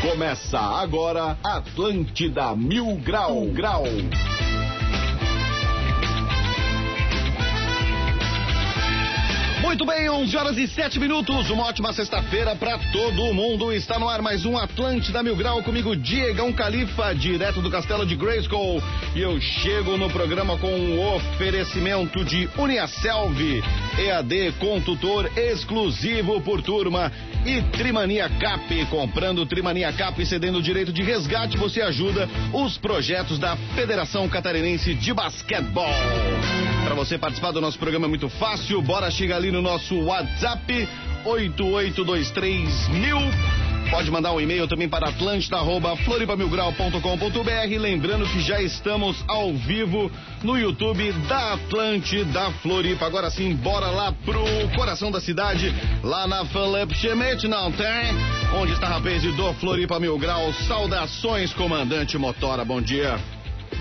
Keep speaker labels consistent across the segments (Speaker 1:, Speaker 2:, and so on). Speaker 1: Começa agora Atlântida Mil Grau Grau. Muito bem, 11 horas e 7 minutos. Uma ótima sexta-feira pra todo mundo. Está no ar mais um Atlântida Mil Grau comigo, Diegão Califa, direto do Castelo de Grayskull. E eu chego no programa com um oferecimento de Uniaselv, EAD com tutor exclusivo por turma e Trimania Cap. Comprando Trimania Cap e cedendo o direito de resgate, você ajuda os projetos da Federação Catarinense de Basquetebol. Para você participar do nosso programa é muito fácil. Bora chegar ali no nosso WhatsApp 8823000. Pode mandar um e-mail também para atlântida@floripamilgrau.com.br, lembrando que já estamos ao vivo no YouTube da Atlântida Floripa. Agora sim, bora lá pro coração da cidade, lá na Philip Schmidt, não tem? Onde está a rapaz do Floripa Mil Grau? Saudações, comandante Motora. Bom dia.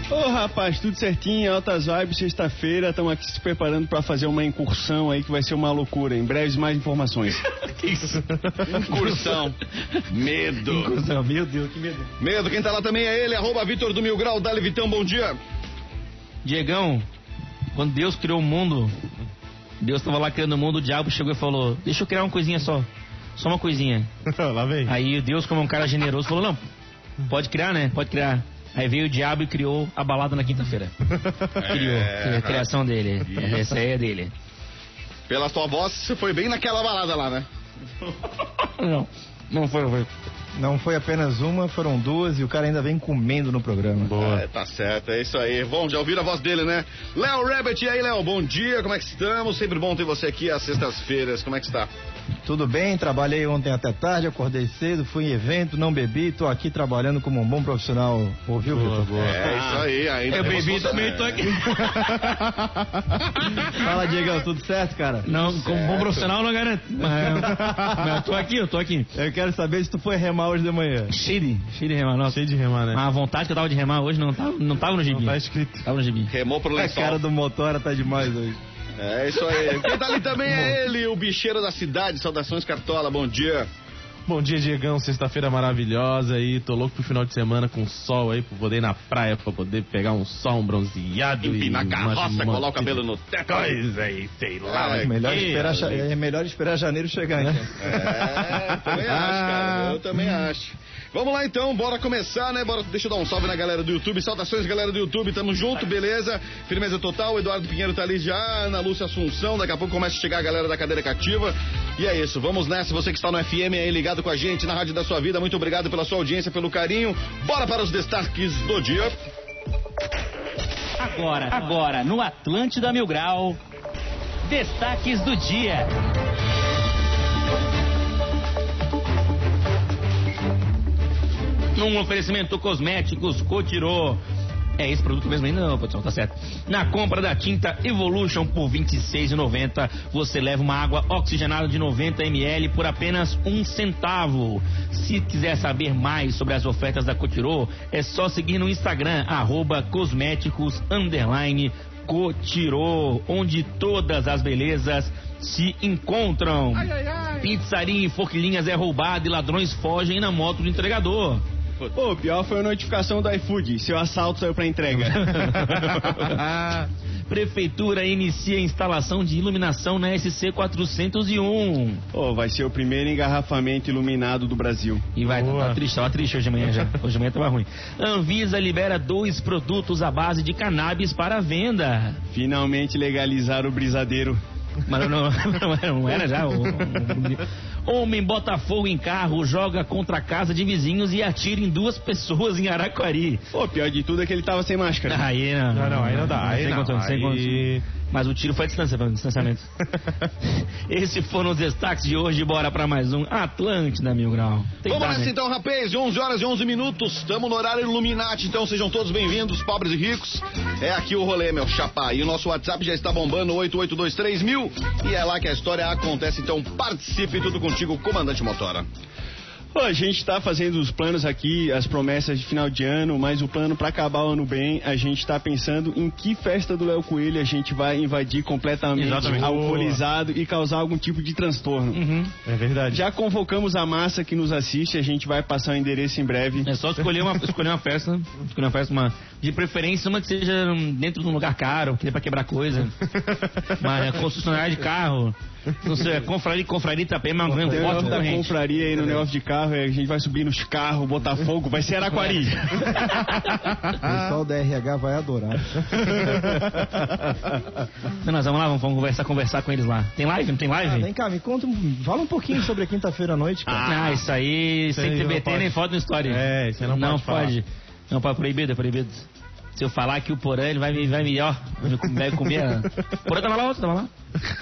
Speaker 2: Ô rapaz, tudo certinho, altas vibes, sexta-feira, estamos aqui se preparando para fazer uma incursão aí que vai ser uma loucura. Em breves mais informações.
Speaker 1: Que isso? Incursão. Medo.
Speaker 2: meu Deus, que medo.
Speaker 1: Medo, quem tá lá também é ele, arroba Vitor do Mil Grau, Dali Vitão, bom dia.
Speaker 3: Diegão, quando Deus criou o mundo, Deus estava lá criando o mundo, o diabo chegou e falou: Deixa eu criar uma coisinha só. Só uma coisinha.
Speaker 2: Lá vem.
Speaker 3: Aí Deus, como é um cara generoso, falou: Não, pode criar, né? Pode criar. Aí veio o diabo e criou a balada na quinta-feira.
Speaker 1: É,
Speaker 3: Criou. Foi a criação dele. Essa aí é dele.
Speaker 1: Pela sua voz, você foi bem naquela balada lá, né?
Speaker 3: Não, não foi, foi.
Speaker 2: Não foi apenas uma, foram duas e o cara ainda vem comendo no programa.
Speaker 1: É, tá certo, é isso aí. Bom, já ouviram a voz dele, né? Léo Rabbit, e aí, Léo, bom dia, como é que estamos? Sempre bom ter você aqui às sextas-feiras, como é que está?
Speaker 2: Tudo bem, trabalhei ontem até tarde, acordei cedo, fui em evento, não bebi, tô aqui trabalhando como um bom profissional. Ouviu, Vitor?
Speaker 1: É isso aí, ainda
Speaker 3: Eu
Speaker 1: tem
Speaker 3: bebi
Speaker 1: responsa-
Speaker 3: também, tô aqui.
Speaker 2: Fala, Diego, tudo certo, cara?
Speaker 3: Não, como bom profissional, não garanto. Mas, mas tô aqui, eu tô aqui.
Speaker 2: Eu quero saber se tu foi remar hoje de manhã. Ah,
Speaker 3: Cheio de, cheio de remar, nossa.
Speaker 4: Cheio de remar, né?
Speaker 3: Mas a vontade que eu tava de remar hoje não tava, não tava no gibi.
Speaker 4: Tá escrito.
Speaker 3: Tava no gibi.
Speaker 1: Remou pro
Speaker 2: A
Speaker 1: lençol.
Speaker 2: cara do motora tá demais hoje.
Speaker 1: É isso aí. Quem tá ali também é ele, o bicheiro da cidade. Saudações, Cartola, bom dia.
Speaker 4: Bom dia, Diegão. Sexta-feira maravilhosa aí. Tô louco pro final de semana com sol aí, pra poder ir na praia, pra poder pegar um sol, um bronzeado.
Speaker 1: Empina a
Speaker 4: e
Speaker 1: carroça,
Speaker 4: uma-
Speaker 1: coloca o cabelo no teto.
Speaker 4: Coisa aí, sei lá.
Speaker 1: É,
Speaker 4: mas
Speaker 2: Melhor
Speaker 4: que-
Speaker 2: esperar, ja- é melhor esperar janeiro chegar, né?
Speaker 4: então.
Speaker 1: É, também acho, cara. Eu também acho. Vamos lá então, bora começar, né? Bora, deixa eu dar um salve na galera do YouTube. Saudações, galera do YouTube. Tamo junto, beleza? Firmeza total. O Eduardo Pinheiro tá ali já, Ana Lúcia Assunção. Daqui a pouco começa a chegar a galera da cadeira cativa. E é isso, vamos nessa. Você que está no FM aí ligado com a gente na Rádio da Sua Vida, muito obrigado pela sua audiência, pelo carinho. Bora para os destaques do dia.
Speaker 5: Agora, agora, no Atlântida Mil Grau, destaques do dia.
Speaker 3: Num oferecimento cosméticos, Cotirô. É esse produto mesmo aí? Não, produção, tá certo. Na compra da tinta Evolution por R$ 26,90, você leva uma água oxigenada de 90 ml por apenas um centavo. Se quiser saber mais sobre as ofertas da Cotirô, é só seguir no Instagram, arroba cosméticos, underline, Cotirô, onde todas as belezas se encontram. Pizzaria em Forquilinhas é roubada e ladrões fogem na moto do entregador.
Speaker 2: Pô, o pior foi a notificação do iFood. Seu assalto saiu pra entrega.
Speaker 3: Prefeitura inicia a instalação de iluminação na SC 401.
Speaker 2: Pô, vai ser o primeiro engarrafamento iluminado do Brasil.
Speaker 3: E vai,
Speaker 4: Boa.
Speaker 3: tá triste, tava triste hoje de manhã já. Hoje de manhã tava ruim. Anvisa libera dois produtos à base de cannabis para venda.
Speaker 2: Finalmente legalizaram o brisadeiro.
Speaker 3: Mas não, não era- não era já. o- o- Homem bota fogo em carro, joga contra a casa de vizinhos e atira em duas pessoas em Araquari.
Speaker 2: Pô, pior de tudo é que ele tava sem máscara.
Speaker 3: Aí não.
Speaker 4: Não, não, aí não dá. Aí
Speaker 3: sem
Speaker 4: não.
Speaker 3: condições, sem
Speaker 4: Aí-
Speaker 3: condições. Mas o tiro foi a distância, foi um distanciamento. Esses foram os destaques de hoje. Bora pra mais um Atlântida Mil Grau. Tem que
Speaker 1: Vamos
Speaker 3: dar,
Speaker 1: nessa
Speaker 3: né?
Speaker 1: então, rapaz. 11 horas e 11 minutos. Estamos no horário Illuminati, então sejam todos bem-vindos, pobres e ricos. É aqui o rolê, meu chapá. E o nosso WhatsApp já está bombando 8823 mil. E é lá que a história acontece. Então participe tudo contigo, comandante Motora.
Speaker 2: Pô, a gente está fazendo os planos aqui, as promessas de final de ano, mas o plano para acabar o ano bem, a gente está pensando em que festa do Léo Coelho a gente vai invadir completamente
Speaker 6: Exatamente.
Speaker 2: alcoolizado e causar algum tipo de transtorno.
Speaker 3: Uhum.
Speaker 6: É verdade.
Speaker 2: Já convocamos a massa que nos assiste, a gente vai passar o endereço em breve.
Speaker 3: É só escolher uma, escolher uma festa, escolher uma festa, uma, de preferência uma que seja hum, dentro de um lugar caro, que dê pra quebrar coisa. Mas é concessionária de carro. Não sei, é confraria, confraria Itapema, é uma grande
Speaker 2: Tem
Speaker 3: foto
Speaker 2: foto da
Speaker 3: corrente.
Speaker 2: confraria aí no negócio de carro, é. e a gente vai subir nos carros, botar fogo, vai ser Araquari. Ah.
Speaker 4: O pessoal da RH vai adorar.
Speaker 3: Então nós vamos lá, vamos, vamos conversar, conversar com eles lá. Tem live? Não tem
Speaker 4: Ah,
Speaker 3: live?
Speaker 4: vem cá, me conta, um- fala um pouquinho sobre a quinta-feira à noite, cara.
Speaker 3: Ah, isso aí, sem
Speaker 6: aí não
Speaker 3: TBT
Speaker 6: pode.
Speaker 3: nem foto no story.
Speaker 6: É, isso aí não pode falar.
Speaker 3: Não pode, proibido, é proibido. Se eu falar que o Porã, ele vai me, vai me, ó, vai me- vai comer. a- O Porã tava lá ontem, tava lá.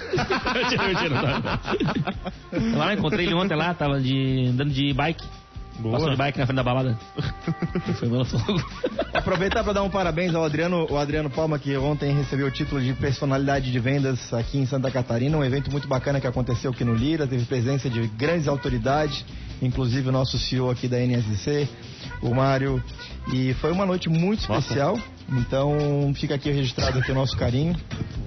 Speaker 3: mentira, mentira, não tava. Tava lá, encontrei ele ontem lá, tava de, andando de bike. Passou de bike na frente da balada. Foi mano fogo.
Speaker 4: Aproveitar para dar um parabéns ao Adriano, o Adriano Palma, que ontem recebeu o título de personalidade de vendas aqui em Santa Catarina, um evento muito bacana que aconteceu aqui no Lira, teve presença de grandes autoridades, inclusive o nosso CEO aqui da NSC, o Mário, e foi uma noite muito especial. Então fica aqui registrado aqui o nosso carinho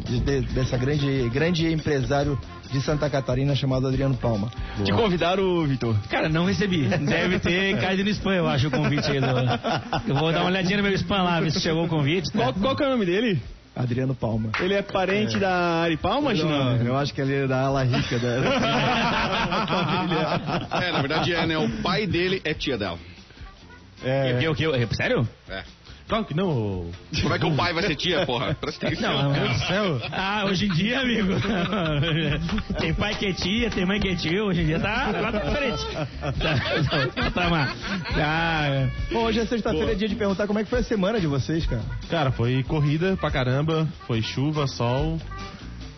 Speaker 4: de- de- dessa grande grande empresário de Santa Catarina chamado Adriano Palma.
Speaker 2: Te convidaram, Vitor.
Speaker 3: Cara, não recebi. Deve ter caído no spam, eu acho, o convite aí. do- Eu vou dar uma olhadinha no meu spam lá, ver se chegou o convite. né?
Speaker 2: Qual, qual que é o nome dele?
Speaker 4: Adriano Palma.
Speaker 2: Ele é parente da Ari Palmas, não?
Speaker 6: né?
Speaker 4: Eu acho que ele é da ala rica da família.
Speaker 1: É, na verdade é, né? O pai dele é tia dela.
Speaker 3: É. Que, que, que, sério?
Speaker 1: É.
Speaker 6: Claro que não.
Speaker 1: Como é que o pai vai ser tia, porra? Presta atenção.
Speaker 3: Não, Ah, hoje em dia, amigo. Tem pai que é tia, tem mãe que é tio. Hoje em dia tá lá pra frente. Tá, tá, tá má. Ah,
Speaker 4: Bom, hoje é sexta-feira, é dia de perguntar como é que foi a semana de vocês, cara.
Speaker 6: Cara, foi corrida pra caramba, foi chuva, sol.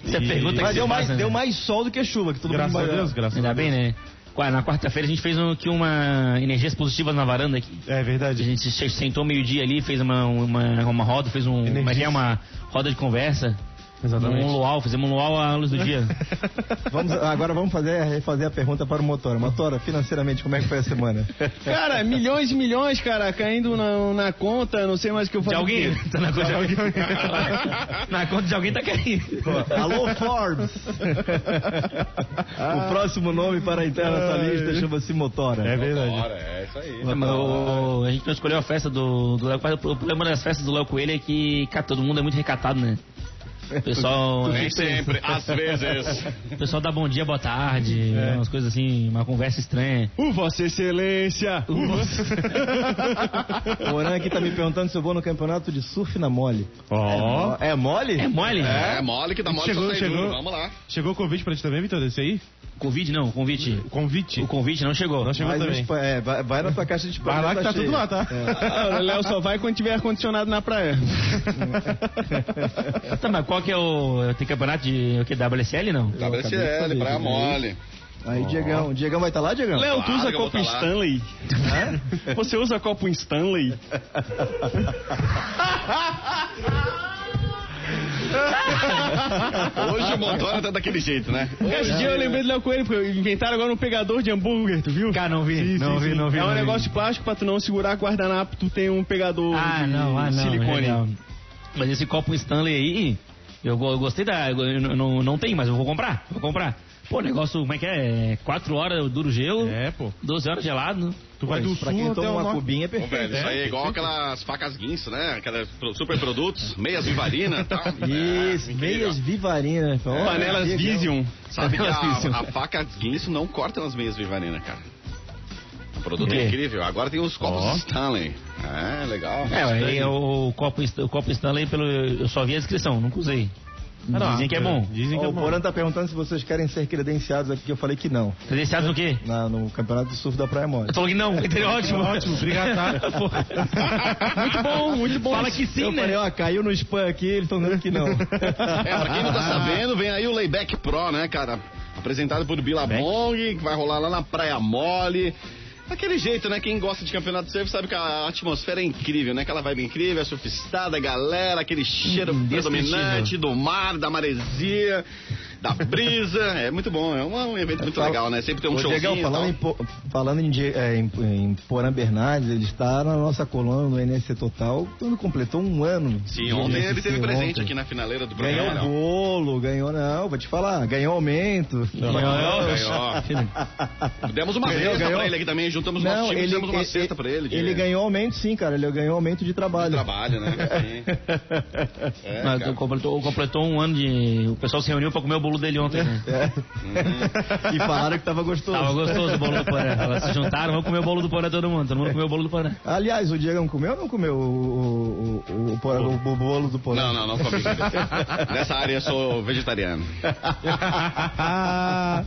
Speaker 3: Isso é
Speaker 6: E-
Speaker 3: pergunta que
Speaker 4: Mas
Speaker 3: se
Speaker 4: deu mais,
Speaker 3: faz, né?
Speaker 4: deu mais sol do que chuva, que todo
Speaker 6: Graças a
Speaker 4: mundo
Speaker 6: Deus, graças a
Speaker 3: Ainda bem, né? Qua- Na quarta-feira a gente fez um- aqui uma energias positivas na varanda aqui.
Speaker 6: Deus. É
Speaker 3: A
Speaker 6: verdade.
Speaker 3: gente se- sentou meio-dia ali, fez uma, uma, uma roda, fez um. Como é que é? Uma roda de conversa. Um luau, fizemos um luau à luz do dia.
Speaker 4: Vamos, agora vamos fazer, refazer a pergunta para o Motora. Motora, financeiramente, como é que foi a semana?
Speaker 2: Cara, milhões e milhões, cara, caindo na, na conta, não sei mais o que eu
Speaker 3: De
Speaker 2: faço.
Speaker 3: alguém? Tá na conta de alguém. Na conta de alguém tá caindo.
Speaker 4: Alô, Forbes! o próximo nome para entrar nessa lista chama-se Motora.
Speaker 6: É verdade.
Speaker 1: Bora, é isso aí.
Speaker 3: É, mas o- a gente não escolheu a festa do, do Léo Coelho. O problema das festas do Léo Coelho é que cara, todo mundo é muito recatado, né? O pessoal, né?
Speaker 1: Nem sempre, às vezes.
Speaker 3: o pessoal dá bom dia, boa tarde,
Speaker 6: É.
Speaker 3: umas coisas assim, uma conversa estranha.
Speaker 2: O Vossa Excelência!
Speaker 4: O Oran aqui tá me perguntando se eu vou no campeonato de surf na mole.
Speaker 6: Ó.
Speaker 4: É mole?
Speaker 3: É mole?
Speaker 1: É, mole que dá mole
Speaker 6: Chegou,
Speaker 1: pra sair
Speaker 6: chegou.
Speaker 1: duro. Vamos lá.
Speaker 6: Chegou o convite pra gente também, Vitor, desse aí?
Speaker 3: Convite não, convite.
Speaker 6: Convite.
Speaker 3: O convite não chegou.
Speaker 6: Não chegou
Speaker 4: Mas no
Speaker 6: também.
Speaker 4: spa- é, vai, vai na tua caixa de É.
Speaker 6: Vai lá que tá tudo lá, tá?
Speaker 2: Ah, o Léo só vai quando tiver ar-condicionado na praia.
Speaker 3: Tá, mas qual que é o. Tem campeonato de o que, WSL não?
Speaker 4: acabei de
Speaker 1: WCL,
Speaker 4: saber,
Speaker 1: pra mole.
Speaker 4: Aí, Diegão. Diegão vai estar lá, Diegão?
Speaker 2: Léo, tu
Speaker 1: Claro
Speaker 2: usa
Speaker 1: que eu vou
Speaker 2: copo
Speaker 1: tá lá.
Speaker 2: Stanley? Você usa copo Stanley?
Speaker 1: Hoje o Montona tá daquele jeito, né?
Speaker 2: Esse
Speaker 3: É.
Speaker 2: dia eu lembrei do Léo Coelho, porque inventaram agora um pegador de hambúrguer, tu viu?
Speaker 3: Cara, não vi, não vi, não vi.
Speaker 2: É um
Speaker 3: não vi.
Speaker 2: negócio de plástico pra tu não segurar guardanapo, tu tem um pegador
Speaker 3: Ah,
Speaker 2: de
Speaker 3: não, ah, não.
Speaker 2: silicone.
Speaker 3: legal. Mas esse copo Stanley aí, eu, go- eu gostei da. Eu, eu não, não tem, mas eu vou comprar. Vou comprar. Pô, negócio, como é que é? 4 horas eu duro gelo,
Speaker 6: É, pô.
Speaker 3: 12 horas gelado.
Speaker 6: Tu vai do
Speaker 4: Pra quem
Speaker 6: sul até
Speaker 4: toma
Speaker 6: o
Speaker 4: uma
Speaker 6: norte.
Speaker 4: cubinha é
Speaker 1: Ô,
Speaker 4: perfeito.
Speaker 1: velho, isso aí é igual aquelas facas guinso, né? Aquelas pro- super produtos, meias vivarina e tal.
Speaker 4: Isso, né?
Speaker 1: É, incrível.
Speaker 4: meias vivarinas.
Speaker 2: Panelas Vision.
Speaker 1: Sabe que é
Speaker 3: Isso.
Speaker 1: a, a faca guinso não corta nas meias vivarina, cara. O produto
Speaker 3: Por quê?
Speaker 1: é incrível. Agora tem os copos
Speaker 6: Ó.
Speaker 1: Stanley. É, legal.
Speaker 3: É, aí o, o copo, Inst- o copo Stanley, pelo, eu só vi a inscrição, nunca usei. Dizem que é bom.
Speaker 6: Dizem que é
Speaker 4: Ó, o
Speaker 6: bom.
Speaker 4: Porã tá perguntando se vocês querem ser credenciados aqui, que eu falei que não.
Speaker 3: Credenciados no quê?
Speaker 4: Na- no campeonato de surf da Praia Mole.
Speaker 3: Tu falou que não, entendeu? Ótimo.
Speaker 6: Ótimo, obrigado, tá?
Speaker 3: Pô. muito bom, muito bom. Fala que sim,
Speaker 4: eu
Speaker 3: né?
Speaker 4: falei, ó, caiu no spam aqui, eles estão dizendo que não.
Speaker 1: É, pra quem não tá
Speaker 4: Ah.
Speaker 1: sabendo, vem aí o Layback Pro, né, cara? Apresentado por Bilabong, que vai rolar lá na Praia Mole. Daquele jeito, né? Quem gosta de campeonato de surf sabe que a atmosfera é incrível, né? Aquela vibe incrível, é surfistada, a galera, aquele cheiro
Speaker 3: Hum,
Speaker 1: predominante do mar, da maresia, da brisa. É muito bom, é um, um evento muito
Speaker 4: Fala-
Speaker 1: legal, né? Sempre tem um
Speaker 4: Ô,
Speaker 1: showzinho.
Speaker 4: Diegão,
Speaker 1: e
Speaker 4: falando,
Speaker 1: tal.
Speaker 4: em, Po- falando em, Die- é, em- em Porã Bernardes, ele está na nossa coluna no NSC Total quando completou um ano.
Speaker 1: Sim,
Speaker 4: de
Speaker 1: ontem
Speaker 4: NSC
Speaker 1: ele teve presente
Speaker 4: ontem.
Speaker 1: aqui na finaleira do
Speaker 4: Ganhou
Speaker 1: programa.
Speaker 4: bolo, ganhou, não, vou te falar, ganhou aumento.
Speaker 1: Ganhou. Demos uma
Speaker 4: Ganhou,
Speaker 1: cesta
Speaker 4: ganhou.
Speaker 1: pra ele aqui também, juntamos uma
Speaker 4: Não,
Speaker 1: time,
Speaker 4: ele,
Speaker 1: demos uma cesta pra ele. de-
Speaker 4: ele ganhou aumento sim, cara, ele ganhou aumento de
Speaker 1: de
Speaker 4: trabalho.
Speaker 1: Trabalho, né? Sim. É,
Speaker 3: Mas
Speaker 1: cara.
Speaker 3: completou, completou um ano de. O pessoal se reuniu pra comer o bolo dele ontem. né?
Speaker 4: E falaram que tava gostoso.
Speaker 3: Tava gostoso o bolo do Porã. Elas se juntaram, vamos comer o bolo do Porã todo mundo. Todo mundo comeu o bolo do Porã.
Speaker 4: Aliás, o Diego comeu ou não comeu o, o, o, o, porã- o bolo do
Speaker 1: Não,
Speaker 4: porão?
Speaker 1: não, não comi. Nessa área eu sou vegetariano.
Speaker 4: Ah!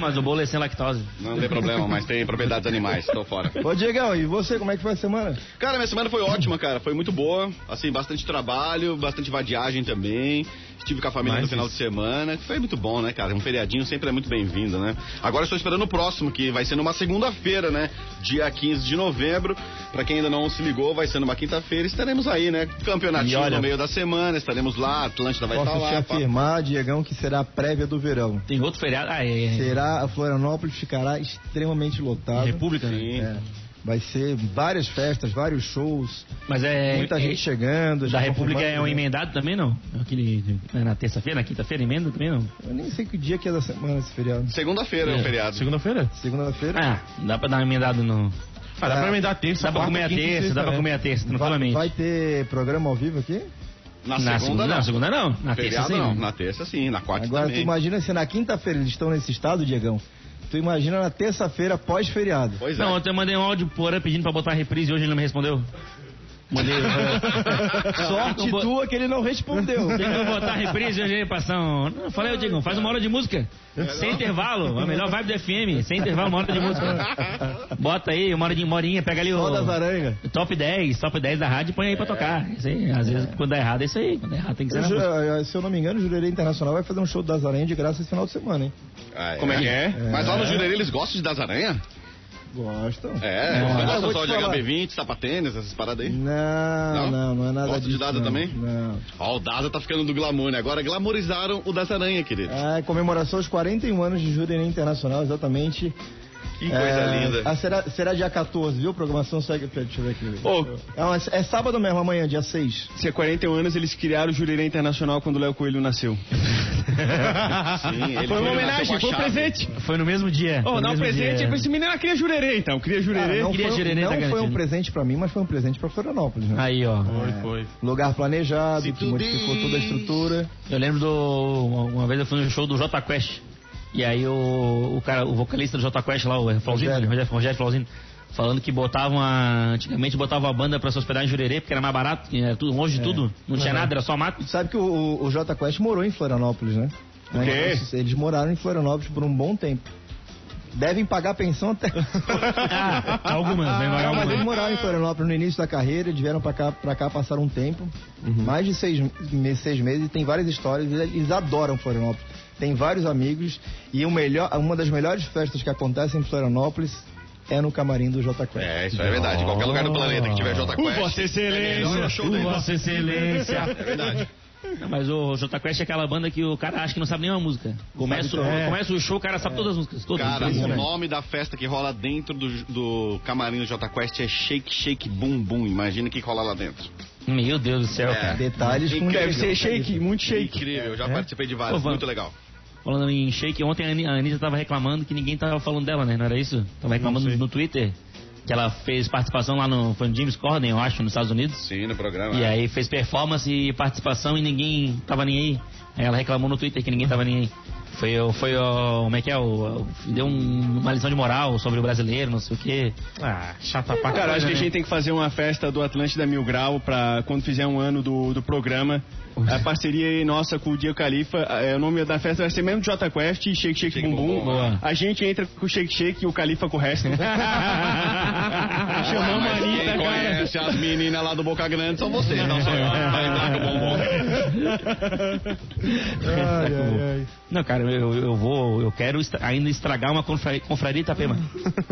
Speaker 3: Mas o bolo é sem lactose.
Speaker 1: Não tem problema, mas tem propriedades animais, tô fora.
Speaker 4: Ô, Diegão, e você, como é que foi a semana?
Speaker 1: Cara, minha semana foi ótima, cara. Foi muito boa. Assim, bastante trabalho, bastante vadiagem também. Estive com a família no final de semana. Foi muito bom, né, cara? Um feriadinho sempre é muito bem-vindo, né? Agora estou esperando o próximo, que vai ser numa segunda-feira, né? Dia 15 de novembro. Pra quem ainda não se ligou, vai ser numa quinta-feira. Estaremos aí, né? Campeonatinho
Speaker 4: E olha-
Speaker 1: no meio da semana. Estaremos lá. Atlântida vai
Speaker 4: Posso
Speaker 1: estar lá.
Speaker 4: te
Speaker 1: pá.
Speaker 4: afirmar, Diegão, que será a prévia do verão.
Speaker 3: Tem outro feriado. Ah, é. é.
Speaker 4: Será, a Florianópolis ficará extremamente lotada.
Speaker 3: República, né?
Speaker 1: Sim.
Speaker 4: É, vai ser várias festas, vários shows,
Speaker 3: Mas é.
Speaker 4: muita
Speaker 3: é-
Speaker 4: gente chegando.
Speaker 3: Da
Speaker 4: já
Speaker 3: República
Speaker 4: confirmado,
Speaker 3: é um
Speaker 4: né?
Speaker 3: emendado também, não? Aquele. é Na terça-feira, na quinta-feira, emenda também, não?
Speaker 4: Eu nem sei que dia que é da semana esse feriado.
Speaker 1: Segunda-feira é o feriado.
Speaker 7: Segunda-feira?
Speaker 4: Segunda-feira?
Speaker 3: Ah, dá pra dar uma emendada no.
Speaker 7: Ah, dá
Speaker 4: Ah,
Speaker 7: pra emendar terça.
Speaker 3: Dá pra
Speaker 7: quarta,
Speaker 3: comer a
Speaker 7: quinta e
Speaker 3: terça,
Speaker 7: sexta,
Speaker 3: dá pra
Speaker 7: né?
Speaker 3: comer a
Speaker 1: É,
Speaker 3: terça,
Speaker 4: vai,
Speaker 3: tranquilamente.
Speaker 4: vai ter programa ao vivo aqui?
Speaker 1: Na
Speaker 3: na segunda, não. Na segunda não. Na terça
Speaker 1: Feriado
Speaker 3: sim.
Speaker 1: não. Na terça sim. Na quarta
Speaker 4: Agora, tu
Speaker 1: também.
Speaker 4: imagina se na quinta-feira eles estão nesse estado, Diegão. Tu imagina na terça-feira pós-feriado.
Speaker 1: Pois é.
Speaker 3: Não, ontem eu mandei um áudio pro Porã pedindo pra botar reprise e hoje ele não me respondeu. Mandei.
Speaker 4: Sorte
Speaker 3: Não,
Speaker 4: tua que ele não respondeu.
Speaker 3: Tem que botar reprise hoje aí, passão. Não, falei, ô Diego, faz uma hora de música. Sem intervalo. A melhor vibe do FM. Sem intervalo, uma hora de música. Bota aí, uma horinha, uma horinha pega ali o.
Speaker 4: Só das aranhas.
Speaker 3: Top 10, top 10 da rádio e põe aí pra tocar. Isso aí, às vezes, quando dá errado, é isso aí. Quando dá errado, tem que ser
Speaker 4: Eu
Speaker 3: na
Speaker 4: ju-
Speaker 3: música.
Speaker 4: eh, se eu não me engano, o Jurerê Internacional vai fazer um show das aranhas de graça esse final de semana, hein?
Speaker 1: Ah, Como é que é? Mas lá no Jurerê eles gostam de das aranha?
Speaker 4: Gostam.
Speaker 1: É,
Speaker 4: Ah,
Speaker 1: você
Speaker 4: eu
Speaker 1: gosta
Speaker 4: vou
Speaker 1: só
Speaker 4: te
Speaker 1: de
Speaker 4: falar. Hum.
Speaker 1: HB20, sapatênis, essas paradas aí?
Speaker 4: Não,
Speaker 1: Não?
Speaker 4: não, não é nada
Speaker 1: Gosta de
Speaker 4: disso.
Speaker 1: Daza
Speaker 4: não.
Speaker 1: também?
Speaker 4: Não.
Speaker 1: Ó, o Daza tá ficando do glamour, né? Agora glamorizaram o das aranha, querido.
Speaker 4: É, comemoração aos 41 anos de Jurerê Internacional, exatamente.
Speaker 1: Que coisa
Speaker 4: É,
Speaker 1: linda.
Speaker 4: ah, será, será dia 14, viu? Programação segue. pera, Deixa eu ver aqui.
Speaker 2: Ô.
Speaker 4: É, uma- é sábado mesmo, amanhã, dia 6.
Speaker 2: Se há 41 anos eles criaram o Jurerê Internacional quando o Léo Coelho nasceu.
Speaker 1: Sim, ele
Speaker 2: Foi uma
Speaker 1: ele
Speaker 2: homenagem,
Speaker 1: nasceu com
Speaker 2: foi
Speaker 1: a
Speaker 2: um
Speaker 1: chave.
Speaker 2: presente.
Speaker 3: Foi no mesmo dia.
Speaker 2: Ô,
Speaker 3: foi é. no
Speaker 2: dá um
Speaker 3: mesmo
Speaker 2: presente
Speaker 3: dia.
Speaker 2: pra esse menino, ela cria Jurerê então, cria Jurerê.
Speaker 4: não
Speaker 3: queria
Speaker 4: foi,
Speaker 3: Jurerê
Speaker 4: não
Speaker 3: da
Speaker 4: foi um
Speaker 3: Garantina.
Speaker 4: presente pra mim, mas foi um presente pra Florianópolis, né?
Speaker 3: Aí, ó.
Speaker 7: Foi, foi.
Speaker 4: Lugar planejado,
Speaker 1: Se
Speaker 4: que
Speaker 1: tu
Speaker 4: modificou
Speaker 1: diz.
Speaker 4: toda a estrutura.
Speaker 3: Eu lembro do. Uma, uma vez eu fui no show do J Quest. E aí o, o cara, o vocalista do J Quest lá, o Flauzino,
Speaker 4: Rogério.
Speaker 3: Rogério, Rogério Flauzino, falando que botavam a. Antigamente botavam a banda pra se hospedar em Jurerê, porque era mais barato, que era tudo longe de tudo, não tinha nada, era só mato.
Speaker 4: Tu sabe que o, o, o Jota Quest morou em Florianópolis, né? O
Speaker 2: quê?
Speaker 4: Eles moraram em Florianópolis por um bom tempo. Devem pagar pensão até.
Speaker 3: Ah, algumas, né?
Speaker 4: Não, mas eles
Speaker 3: Algumas.
Speaker 4: moraram em Florianópolis no início da carreira, eles vieram pra cá, pra cá passaram um tempo,
Speaker 1: Uhum.
Speaker 4: mais de seis, me- seis meses, e tem várias histórias, eles eles adoram Florianópolis. Tem vários amigos, e o melhor, uma das melhores festas que acontecem em Florianópolis é no camarim do Jota Quest.
Speaker 1: É, isso é verdade. Qualquer lugar do planeta que tiver J
Speaker 2: O Vossa
Speaker 1: Quest.
Speaker 2: Excelência.
Speaker 1: Olha o show então. dele.
Speaker 3: Vossa Excelência.
Speaker 1: É verdade.
Speaker 3: Não, Mas o Jota Quest é aquela banda que o cara acha que não sabe nenhuma música. Começa, o-
Speaker 4: Sabe tudo.
Speaker 3: começa o show, o cara sabe todas as músicas. Todas.
Speaker 1: Cara,
Speaker 3: Todas.
Speaker 1: o nome da festa que rola dentro do, do camarim do J Quest é Shake Shake Boom Boom. Imagina o que rola lá dentro.
Speaker 3: Meu Deus do céu,
Speaker 1: É.
Speaker 3: cara.
Speaker 4: Detalhes com
Speaker 1: Incrível.
Speaker 2: Deve ser shake, muito shake.
Speaker 1: Incrível, eu já participei de vários.
Speaker 3: É? Ô, Van.
Speaker 1: Muito legal.
Speaker 3: Falando em shake, ontem a Ani- a Anitta tava reclamando que ninguém tava falando dela, né? Não era isso? Tava reclamando no Twitter que ela fez participação lá no, foi no James Corden, eu acho, nos Estados Unidos.
Speaker 1: Sim, no programa.
Speaker 3: E é. aí fez performance e participação e ninguém tava nem aí. Aí ela reclamou no Twitter que ninguém tava nem aí. Foi, o- foi o. Como é que é? O, o- deu um- uma lição de moral sobre o brasileiro, não sei o quê.
Speaker 7: Ah, chata pra
Speaker 2: Cara, acho que a
Speaker 7: né?
Speaker 2: gente tem que fazer uma festa do Atlântida Mil Grau pra quando fizer um ano do, do programa. A parceria aí nossa com o Diego Califa. eh, o nome da festa vai ser mesmo Jota Quest, Shake Shake,
Speaker 1: Shake
Speaker 2: Bum Bum.
Speaker 1: Bum Bum,
Speaker 3: boa.
Speaker 2: A gente entra com o Shake Shake e o Califa com o resto. né?
Speaker 1: Ah,
Speaker 2: Chamamos a
Speaker 1: mas
Speaker 3: né?
Speaker 2: Anitta,
Speaker 1: quem
Speaker 2: cara.
Speaker 1: conhece as meninas lá do Boca Grande são então. vocês,
Speaker 3: É.
Speaker 1: não sou eu. Vai lá com o bombom.
Speaker 4: Ai, ai, ai.
Speaker 3: Não, cara, eu, eu vou, eu eu quero estra- ainda estragar uma confra- confraria Itapema.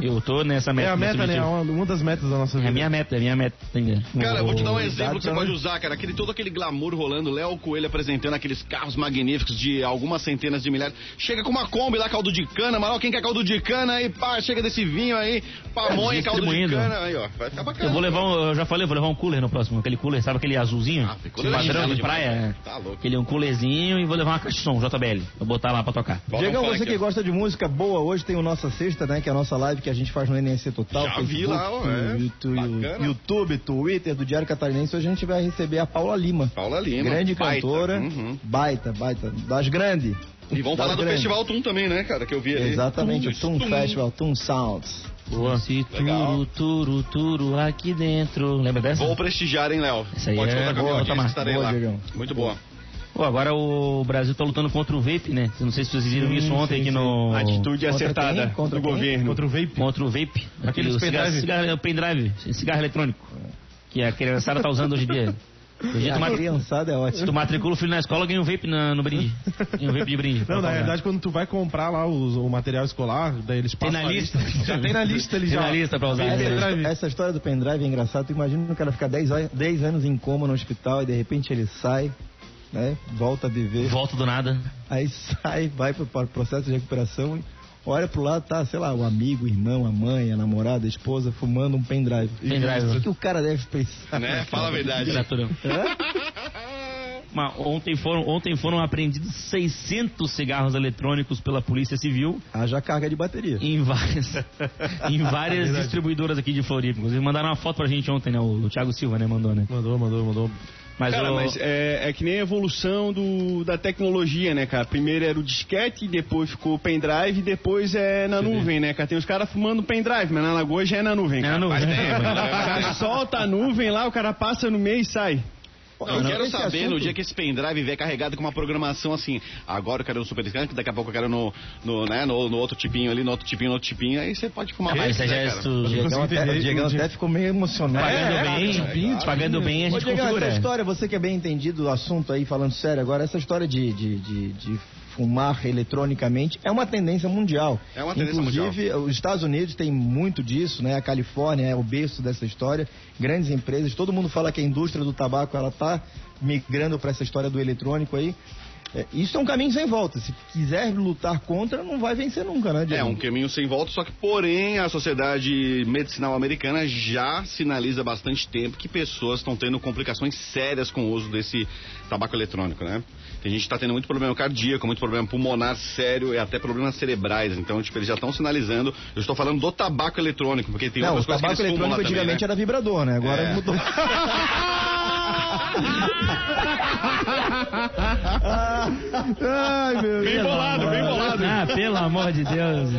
Speaker 3: Eu tô nessa meta.
Speaker 8: É a
Speaker 3: nesse
Speaker 8: meta, né? É uma,
Speaker 3: objetivo.
Speaker 8: uma das metas da nossa
Speaker 3: É
Speaker 8: vida.
Speaker 3: a minha meta, é a minha meta. entendeu?
Speaker 1: Cara, eu vou te dar um
Speaker 8: Exato,
Speaker 1: exemplo que você
Speaker 8: né?
Speaker 1: pode usar, cara. Aquele, todo aquele glamour rolando, Léo Coelho apresentando aqueles carros magníficos de algumas centenas de milhares. Chega com uma Kombi lá, caldo de cana, Amaral, quem quer caldo de cana aí, pá, chega desse vinho aí, pamonha, caldo de
Speaker 3: distribuindo.
Speaker 1: cana, aí ó, vai ficar bacana.
Speaker 3: Eu vou levar um, eu já falei, eu vou levar um cooler no próximo, aquele cooler, sabe aquele azulzinho?
Speaker 1: Ah, ficou
Speaker 3: padrão
Speaker 1: legal
Speaker 3: de
Speaker 1: demais,
Speaker 3: praia.
Speaker 1: né? Tá louco.
Speaker 3: Aquele é um coolerzinho e vou levar uma caixa de som, JBL. Vou botar lá pra tocar.
Speaker 1: Volta
Speaker 4: Diegão,
Speaker 1: um funk
Speaker 4: você que
Speaker 1: aqui, ó.
Speaker 4: gosta de música boa, hoje tem o Nossa Sexta, né? Que é a nossa live que a gente faz no NNC Total.
Speaker 1: Já vi lá, ó, é.
Speaker 4: YouTube,
Speaker 1: Bacana.
Speaker 4: YouTube, Twitter, do Diário Catarinense. Hoje a gente vai receber a Paula Lima.
Speaker 1: Paula Lima.
Speaker 4: grande
Speaker 1: baita.
Speaker 4: cantora.
Speaker 1: Uhum.
Speaker 4: Baita, baita. Das grandes.
Speaker 1: E vamos
Speaker 4: Das
Speaker 1: falar do
Speaker 4: grandes.
Speaker 1: Festival Tum também, né, cara, que eu vi ali.
Speaker 4: Exatamente, o Toon
Speaker 1: Tum.
Speaker 4: Festival, Toon Sounds.
Speaker 8: Boa.
Speaker 3: Esse
Speaker 1: Legal.
Speaker 3: turu, turu, turu aqui dentro. Lembra dessa?
Speaker 1: Vou prestigiar, hein, Léo?
Speaker 3: Isso aí
Speaker 1: Pode
Speaker 3: é
Speaker 1: contar com a
Speaker 3: boa,
Speaker 1: minha audiência,
Speaker 3: Tomar.
Speaker 1: estarei
Speaker 4: Boa,
Speaker 1: lá.
Speaker 4: Diegão.
Speaker 1: Muito boa.
Speaker 3: Pô, agora o Brasil tá lutando contra o vape, né? Não sei se vocês viram isso ontem aqui no...
Speaker 2: Atitude
Speaker 4: Contra
Speaker 2: acertada
Speaker 4: quem? Contra
Speaker 2: do
Speaker 4: quem?
Speaker 2: governo.
Speaker 8: Contra o vape.
Speaker 3: Contra o vape.
Speaker 8: Aquele
Speaker 3: o cigarro,
Speaker 8: pendrive.
Speaker 3: cigarro, é o pendrive, cigarro eletrônico. Que a criançada tá usando hoje em dia. Hoje em dia tu
Speaker 4: A
Speaker 3: matri-
Speaker 4: criançada é
Speaker 3: Se
Speaker 4: ótima.
Speaker 3: tu matricula o filho na escola, ganha um vape na- no brinde. Ganha um vape de brinde.
Speaker 8: Não,
Speaker 3: Pra
Speaker 8: na
Speaker 3: comprar.
Speaker 8: realidade, quando tu vai comprar lá os- o material escolar, daí eles
Speaker 3: Tem
Speaker 8: passam.
Speaker 3: na
Speaker 8: a
Speaker 3: lista.
Speaker 8: Já tem na lista ali
Speaker 3: Tem
Speaker 8: já.
Speaker 3: na lista pra usar. né?
Speaker 8: Tem
Speaker 3: Essa-
Speaker 8: pendrive.
Speaker 4: Essa, essa história do pendrive é engraçada. Tu imagina o cara ficar 10 a- 10 anos em coma no hospital e de repente ele sai, né? Volta a viver.
Speaker 3: Volta do nada.
Speaker 4: Aí sai, vai pro pro processo de recuperação, olha pro lado, tá, sei lá, o amigo, o irmão, a mãe, a namorada, a esposa, fumando um pendrive.
Speaker 3: Pendrive.
Speaker 4: O que o cara deve pensar?
Speaker 1: Né? Fala a verdade.
Speaker 3: Criatura. Mas ontem foram, ontem foram apreendidos 600 cigarros eletrônicos pela Polícia Civil
Speaker 4: Haja carga de bateria.
Speaker 3: em várias, em várias distribuiças aqui de Floripa. Inclusive mandaram uma foto pra gente ontem, né? O, o Thiago Silva, né? Mandou, né?
Speaker 8: Mandou, mandou, mandou.
Speaker 3: Mas
Speaker 2: Cara,
Speaker 3: o-
Speaker 2: mas é, é que nem a evolução do, da tecnologia, né, cara? Primeiro era o disquete, depois ficou o pendrive, depois é na nuvem, né, cara? Tem os caras fumando pendrive, mas na lagoa já é na nuvem.
Speaker 3: É na
Speaker 2: cara.
Speaker 3: nuvem.
Speaker 2: O cara solta a nuvem lá, o cara passa no meio e sai.
Speaker 1: Não, eu
Speaker 4: Não,
Speaker 1: quero
Speaker 4: esse
Speaker 1: saber no
Speaker 4: assunto-
Speaker 1: dia que esse pendrive vier carregado com uma programação assim. Agora eu quero no Super Skunk, daqui a pouco eu quero no, no, né, no, no outro tipinho ali, no outro tipinho, no outro tipinho. Aí você pode fumar
Speaker 3: Ah,
Speaker 1: mais.
Speaker 3: mas isso já
Speaker 1: né,
Speaker 3: é
Speaker 1: cara?
Speaker 3: isso-
Speaker 4: O Diegão
Speaker 8: consigo
Speaker 4: até,
Speaker 8: entender,
Speaker 4: o Diegão
Speaker 8: não tinha-
Speaker 4: até ficou meio emocionado. É,
Speaker 3: pagando bem, pagando bem a
Speaker 4: Ô,
Speaker 3: gente
Speaker 4: Diego,
Speaker 3: configura.
Speaker 4: essa história, você que é bem entendido do assunto aí, falando sério agora, essa história de, de, de, de fumar eletronicamente é uma tendência mundial.
Speaker 1: É uma tendência
Speaker 4: Inclusive, os Estados Unidos tem muito disso, né? A Califórnia é o berço dessa história, grandes empresas, todo mundo fala que a indústria do tabaco, ela tá migrando para essa história do eletrônico aí. É, isso é um caminho sem volta. Se quiser lutar contra, não vai vencer nunca, né, Diego?
Speaker 1: É um caminho sem volta, só que, porém, a sociedade medicinal americana já sinaliza há bastante tempo que pessoas estão tendo complicações sérias com o uso desse tabaco eletrônico, né? Tem gente que está tendo muito problema cardíaco, muito problema pulmonar sério e até problemas cerebrais. Então, tipo, eles já estão sinalizando. Eu estou falando do tabaco eletrônico, porque tem
Speaker 4: Não, o
Speaker 1: outras coisas que eles
Speaker 4: tabaco
Speaker 1: fumam lá
Speaker 4: eletrônico
Speaker 1: também, né?
Speaker 4: antigamente era vibrador, né? Agora
Speaker 1: É.
Speaker 4: mudou. Ai, meu Deus.
Speaker 3: bolado, bem bolado. Ah, pelo amor de Deus.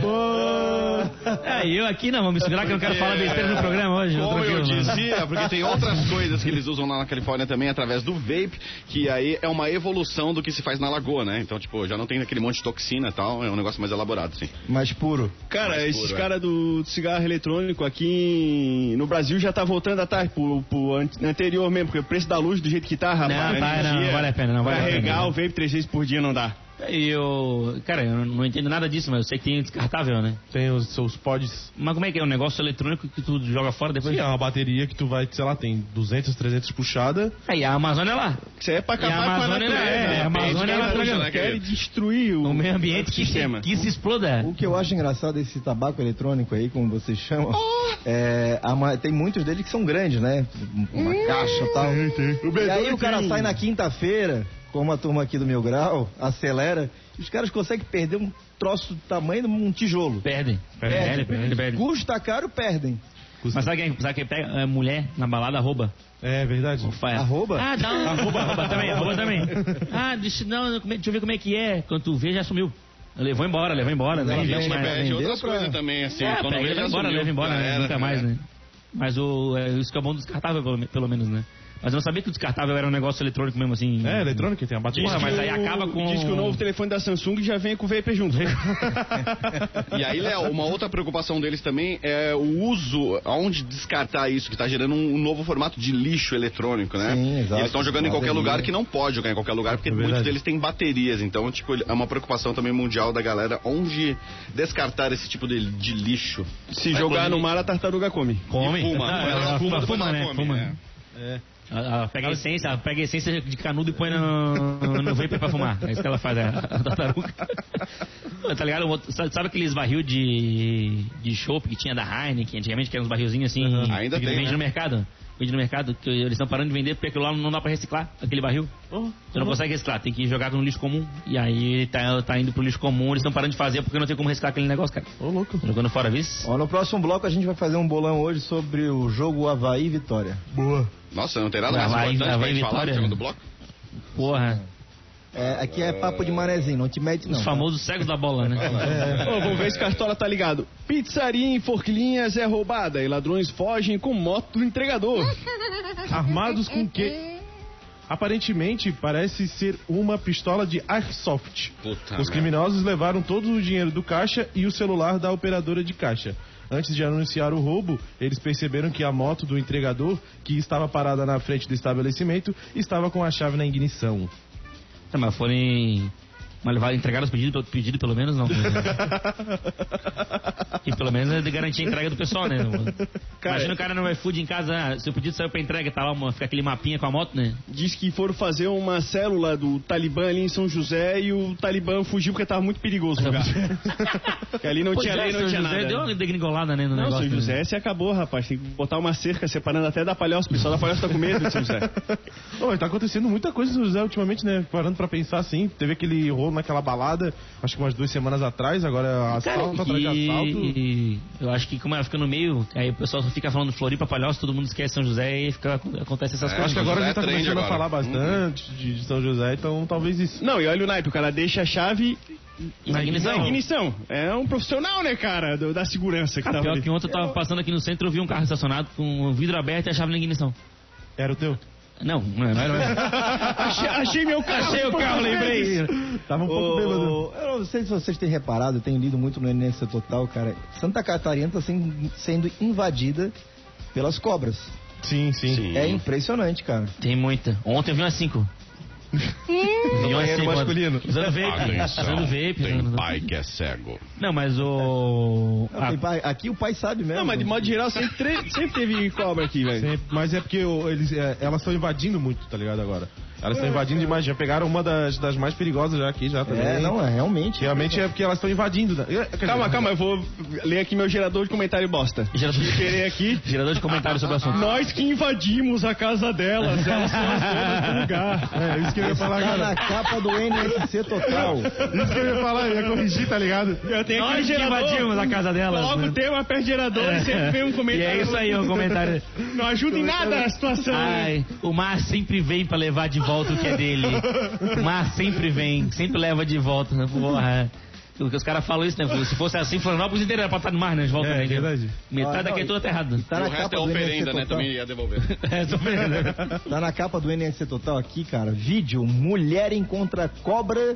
Speaker 3: É, eu aqui não, vamos segurar que eu não quero falar besteira no programa hoje.
Speaker 1: É. Como eu
Speaker 3: tranquilo, mano.
Speaker 1: dizia, porque tem outras coisas que eles usam lá na Califórnia também, através do vape, que aí é uma evolução do que se faz na lagoa, né? Então, tipo, já não tem aquele monte de toxina e tal, é um negócio mais elaborado, sim.
Speaker 4: Mais puro.
Speaker 2: Cara,
Speaker 1: Mais
Speaker 2: esses
Speaker 1: puro, é.
Speaker 2: caras do, do cigarro eletrônico aqui em- no Brasil já tá voltando atrás pro, pro an- anterior mesmo, porque o preço da luz do jeito que tá, rapaz.
Speaker 3: Não,
Speaker 2: hoje
Speaker 3: tá,
Speaker 2: em
Speaker 3: não,
Speaker 2: dia,
Speaker 3: não vale a pena, não vale a pena.
Speaker 2: Carregar o vape três vezes por dia não dá.
Speaker 3: É, E Eu, cara, eu não entendo nada disso, mas eu sei que tem descartável, né?
Speaker 8: Tem os seus pods.
Speaker 3: Mas como é que é? Um negócio eletrônico que tu joga fora depois?
Speaker 8: Sim, é uma bateria que tu vai, sei lá, tem 200, 300 puxada.
Speaker 3: Aí a Amazônia é lá.
Speaker 2: Isso aí é pra
Speaker 3: E a
Speaker 2: acabar com a
Speaker 3: Amazônia,
Speaker 2: natureza.
Speaker 3: é,
Speaker 2: né?
Speaker 3: a Amazônia,
Speaker 2: Eles
Speaker 3: ela
Speaker 2: querem-
Speaker 1: traga-
Speaker 2: eles querem destruir o,
Speaker 3: O meio ambiente que,
Speaker 2: sistema.
Speaker 3: que se exploda.
Speaker 4: O que eu acho engraçado desse tabaco eletrônico aí, como vocês chamam,
Speaker 8: Oh!
Speaker 4: é, a ma- tem muitos deles que são grandes, né? Uma caixa e tal. E aí o cara sai na quinta-feira, como a turma aqui do Meu Grau, acelera, e os caras conseguem perder um troço do tamanho de um tijolo.
Speaker 3: Perdem. Perdem, perdem, perdem.
Speaker 4: Custa caro, perdem.
Speaker 3: Mas sabe quem, sabe quem pega é, mulher na balada, rouba?
Speaker 8: É verdade.
Speaker 3: Faz.
Speaker 4: Arroba?
Speaker 3: Ah, dá um... arroba, arroba também, arroba também. Ah, disse, não, não, como é- deixa eu ver como é que é. Quando tu vê, já sumiu. Levou embora, levou embora,
Speaker 4: Mas
Speaker 3: nem
Speaker 4: ela
Speaker 3: viu
Speaker 1: Mas
Speaker 4: vende,
Speaker 3: mais.
Speaker 4: né?
Speaker 1: perde
Speaker 4: vendeu
Speaker 1: outras
Speaker 4: pra-
Speaker 1: coisas também, assim.
Speaker 3: É,
Speaker 1: quando
Speaker 3: pega,
Speaker 1: vê, já
Speaker 3: leva embora,
Speaker 1: sumiu,
Speaker 3: leva embora,
Speaker 1: já
Speaker 3: né?
Speaker 1: era,
Speaker 3: nunca mais,
Speaker 1: né?
Speaker 3: né? Mas o, é, isso que é bom do descartável, pelo, me- pelo menos, né? Mas eu não sabia que o descartável era um negócio eletrônico mesmo assim.
Speaker 4: É, eletrônica, tem a bateria.
Speaker 3: Porra, mas
Speaker 2: que
Speaker 3: aí
Speaker 2: o-
Speaker 3: acaba com-
Speaker 2: Diz que o novo telefone da Samsung já vem com o VP junto.
Speaker 1: E aí, Léo, uma outra preocupação deles também é o uso, aonde descartar isso, que tá gerando um, um novo formato de lixo eletrônico, né?
Speaker 9: Sim, exato.
Speaker 1: E eles estão jogando em qualquer
Speaker 9: Bateria.
Speaker 1: lugar que não pode jogar em qualquer lugar,
Speaker 3: É
Speaker 1: porque muitos deles têm baterias. Então, tipo, é uma preocupação também mundial da galera onde descartar esse tipo de, de lixo.
Speaker 2: Se
Speaker 1: Vai
Speaker 2: jogar
Speaker 1: comer.
Speaker 2: no mar, a tartaruga come.
Speaker 3: Come.
Speaker 1: E fuma. Ela
Speaker 3: Não, ela
Speaker 1: fuma,
Speaker 3: Ah, fuma,
Speaker 1: depois
Speaker 3: fuma,
Speaker 1: ela
Speaker 3: né?
Speaker 1: come,
Speaker 3: Fuma.
Speaker 1: é.
Speaker 3: Ah, ah, pega a essência, ela pega a essência de canudo e põe no, no vapor pra fumar. É isso que ela faz, a, a tartaruga. tá ligado? O- Sabe, sabe aqueles barril de, de chopp que tinha da Heineken antigamente, que eram uns barrilzinhos assim?
Speaker 1: Ainda
Speaker 3: que
Speaker 1: tem,
Speaker 3: Vende
Speaker 1: né?
Speaker 3: no mercado. Vende no mercado, que eles estão parando de vender porque aquilo lá não dá pra reciclar, aquele barril. Você não consegue reciclar, tem que jogar no lixo comum. E aí tá, tá indo pro lixo comum, eles estão parando de fazer porque não tem como reciclar aquele negócio, cara.
Speaker 4: Ô, louco.
Speaker 3: Jogando fora, vice?
Speaker 9: Ó, no próximo bloco a gente vai fazer um bolão hoje sobre o jogo Havaí e Vitória.
Speaker 1: Nossa, não tem nada
Speaker 3: Lá
Speaker 1: mais importante
Speaker 3: vai- lá
Speaker 1: pra
Speaker 3: vai
Speaker 1: gente falar
Speaker 3: Vitória.
Speaker 1: no segundo bloco?
Speaker 3: Porra.
Speaker 9: É, aqui é papo de manezinho, não te mete não. tá?
Speaker 3: Os famosos cegos da bola, né?
Speaker 2: Ô, vamos ver se Cartola tá ligado. Pizzaria em Forquilinhas é roubada e ladrões fogem com moto do entregador.
Speaker 4: Armados com quê? Aparentemente, parece ser uma pistola de airsoft.
Speaker 1: Puta
Speaker 4: Os
Speaker 1: merda.
Speaker 4: criminosos levaram todo o dinheiro do caixa e o celular da operadora de caixa. Antes de anunciar o roubo, eles perceberam que a moto do entregador, que estava parada na frente do estabelecimento, estava com a chave na ignição.
Speaker 3: Tá, mas forem. Mas levar, entregar os pedidos, pelo- pedido pelo menos não. e pelo menos é de garantir a entrega do pessoal, né?
Speaker 2: é
Speaker 3: Imagina o cara no iFood em casa, ah, seu pedido saiu pra entrega, tá lá, uma, fica aquele mapinha com a moto, né?
Speaker 2: Diz que foram fazer uma célula do Talibã ali em São José e o Talibã fugiu porque tava muito perigoso o lugar. que ali não
Speaker 3: Pois
Speaker 2: tinha
Speaker 3: é,
Speaker 2: lei, não
Speaker 3: seu
Speaker 2: tinha
Speaker 3: José
Speaker 2: nada.
Speaker 3: deu uma degringolada, né, no
Speaker 2: Não,
Speaker 3: negócio.
Speaker 2: São
Speaker 3: né?
Speaker 2: José se acabou, rapaz. Tem que botar uma cerca separando até da palhoça. O pessoal da palhoça tá com medo de São José.
Speaker 4: Ô, tá acontecendo muita coisa em São José ultimamente, né? Parando pra pensar assim, teve aquele rolo naquela balada, acho que umas duas semanas atrás, agora assalto atrás de assalto.
Speaker 3: E eu acho que como ela fica no meio, aí o pessoal só fica falando Floripa, Palhoça, todo mundo esquece São José e fica, acontece essas
Speaker 1: É,
Speaker 3: coisas.
Speaker 4: Acho que agora
Speaker 1: José
Speaker 4: a gente tá
Speaker 1: é trend
Speaker 4: começando a
Speaker 1: agora.
Speaker 4: falar bastante de, de São José, então talvez isso.
Speaker 2: Não, e olha o naipe. O cara deixa a chave
Speaker 3: Na ignição.
Speaker 2: na ignição. É um profissional, né, cara, do- da segurança que
Speaker 3: Ah,
Speaker 2: tava
Speaker 3: pior
Speaker 2: ali.
Speaker 3: que ontem eu tava passando aqui no centro, eu vi um carro estacionado com o vidro aberto e a chave na ignição.
Speaker 4: Era o teu?
Speaker 3: Não, não era. Não era.
Speaker 2: Achei, achei meu carro. Achei o carro, lembrei.
Speaker 4: Tava um pouco bêbado.
Speaker 9: Ô, Eu não sei se vocês têm reparado, eu tenho lido muito no NNC Total, cara. Santa Catarina tá sendo, sendo invadida pelas cobras.
Speaker 4: Sim, sim.
Speaker 9: É impressionante, cara.
Speaker 3: Tem muita. Ontem eu vi umas cinco. vi umas cinco.
Speaker 4: masculino.
Speaker 3: Usando
Speaker 1: Ah,
Speaker 3: vape. né? Usando vape. usando-
Speaker 1: que é cego.
Speaker 3: Não, mas o...
Speaker 4: Ah,
Speaker 9: Não, tem pai- Aqui o pai sabe mesmo.
Speaker 2: Não, mas de modo geral sempre, tre- sempre teve cobra aqui, velho.
Speaker 4: Sempre, mas é porque o- eles, é, elas estão invadindo muito, tá ligado? Agora. Elas estão invadindo demais. Já pegaram uma das, das mais perigosas já aqui, já também.
Speaker 9: É, não, é realmente.
Speaker 4: Realmente é porque elas estão invadindo. né? É, quer
Speaker 2: Calma,
Speaker 4: dizer,
Speaker 2: calma, eu vou ler aqui meu gerador de comentário bosta.
Speaker 3: a- Gerador de,
Speaker 2: Esperei aqui.
Speaker 3: gerador de comentários sobre o assunto.
Speaker 2: Nós que invadimos a casa delas, elas são as donas do lugar.
Speaker 4: É, isso que eu ia falar,
Speaker 9: Tá
Speaker 4: cara.
Speaker 9: na capa do NSC Total.
Speaker 4: Isso que eu ia falar, eu ia corrigir, tá ligado?
Speaker 2: Eu tenho
Speaker 3: Nós
Speaker 2: aqui um
Speaker 3: que
Speaker 2: gerador.
Speaker 3: invadimos a casa delas.
Speaker 2: Logo
Speaker 3: né?
Speaker 2: tem uma perto de gerador e sempre vem um
Speaker 3: E
Speaker 2: comentário.
Speaker 3: é isso aí, o comentário.
Speaker 2: Não ajuda em nada a situação. né?
Speaker 3: Ai, o Mar sempre vem pra levar de volta o que é dele. O Mar sempre vem, sempre leva de volta. né? Porra. Os caras falam isso, né? Se fosse assim, Florianópolis inteira era pra estar no mar, né? De volta,
Speaker 4: É,
Speaker 3: né?
Speaker 4: verdade.
Speaker 3: Metade
Speaker 9: Ah,
Speaker 3: daqui é
Speaker 9: não,
Speaker 3: toda aterrada.
Speaker 9: Tá
Speaker 1: o
Speaker 9: na
Speaker 1: resto
Speaker 9: capa
Speaker 1: é
Speaker 9: do NSC
Speaker 1: oferenda, né?
Speaker 9: Total.
Speaker 1: Também ia devolver.
Speaker 3: É, tô vendo.
Speaker 9: Tá na capa do NSC Total aqui, cara. Vídeo: mulher encontra cobra.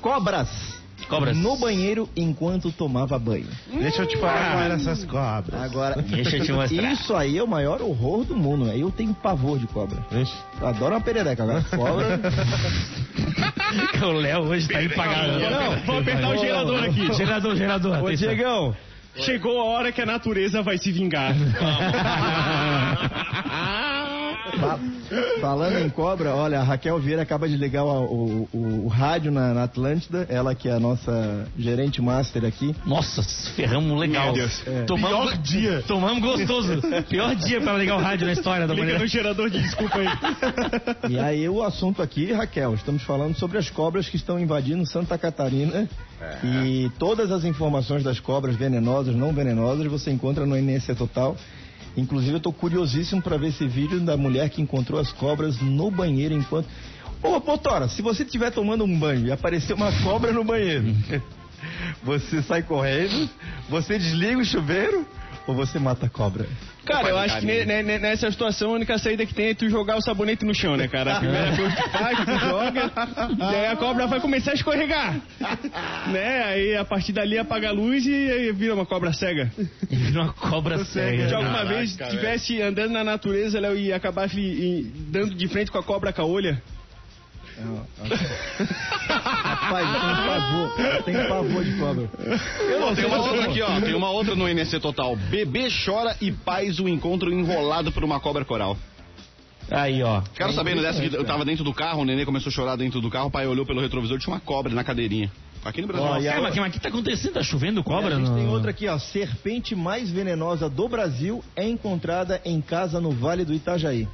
Speaker 9: Cobras.
Speaker 3: Cobras.
Speaker 9: No banheiro enquanto tomava banho.
Speaker 4: Deixa eu te falar qual eram essas cobras.
Speaker 9: Agora.
Speaker 3: Deixa eu te mostrar.
Speaker 9: Isso aí é o maior horror do mundo. né? Eu tenho pavor de cobra.
Speaker 4: Vixe.
Speaker 9: Eu adoro uma perereca. Agora, cobra.
Speaker 3: O Léo hoje tá impagável.
Speaker 2: Não, vou apertar o gerador aqui.
Speaker 3: Gerador, gerador.
Speaker 2: Ô,
Speaker 3: atenção.
Speaker 2: Diegão, chegou a hora que a natureza vai se vingar.
Speaker 9: Fa- Falando em cobra, olha, a Raquel Vieira acaba de ligar o, o- o- o rádio na, na Atlântida, ela que é a nossa gerente master aqui.
Speaker 3: Nossa, ferramos legal.
Speaker 2: Meu Deus.
Speaker 3: Tomamos, Pior dia. Tomamos gostoso. Pior dia pra ligar o rádio na história da
Speaker 2: Liga
Speaker 3: mulher.
Speaker 2: no gerador de desculpa aí.
Speaker 9: E aí o assunto aqui, Raquel, estamos falando sobre as cobras que estão invadindo Santa Catarina. E todas as informações das cobras venenosas, não venenosas, você encontra no NSC Total. Inclusive eu estou curiosíssimo para ver esse vídeo da mulher que encontrou as cobras no banheiro enquanto... Ô, Potora, se você estiver tomando um banho e aparecer uma cobra no banheiro, você sai correndo, você desliga o chuveiro, ou você mata a cobra?
Speaker 2: Cara, eu
Speaker 3: tá
Speaker 2: acho que ne-
Speaker 3: né?
Speaker 2: ne- ne- nessa situação a única saída que tem é tu jogar o sabonete no chão, né, cara? A primeira coisa que tu faz, tu joga, e aí a cobra vai começar a escorregar. Né? Aí a partir dali apaga a luz e aí vira uma cobra cega.
Speaker 3: Vira uma cobra séria.
Speaker 2: Se alguma
Speaker 3: É, cara.
Speaker 2: vez
Speaker 1: velho.
Speaker 2: estivesse andando na natureza, Léo, e acabasse e- dando de frente com a cobra caolha.
Speaker 9: Rapaz, eu tenho pavor, eu tenho pavor de cobra.
Speaker 1: Pô, tem uma outra aqui, ó. Tem uma outra no NC Total. Bebê chora e pais o encontram enrolado por uma cobra coral.
Speaker 3: Aí, ó.
Speaker 1: Ficaram sabendo dessa que eu tava dentro do carro, o neném começou a chorar dentro do carro, o pai olhou pelo retrovisor e tinha uma cobra na cadeirinha. Aqui no Brasil.
Speaker 9: Ó, e a-
Speaker 3: Cara, mas o que tá acontecendo? Tá chovendo
Speaker 9: E
Speaker 3: cobra?
Speaker 9: É, a gente
Speaker 3: não?
Speaker 9: tem outra aqui, ó. Serpente mais venenosa do Brasil é encontrada em casa no Vale do Itajaí.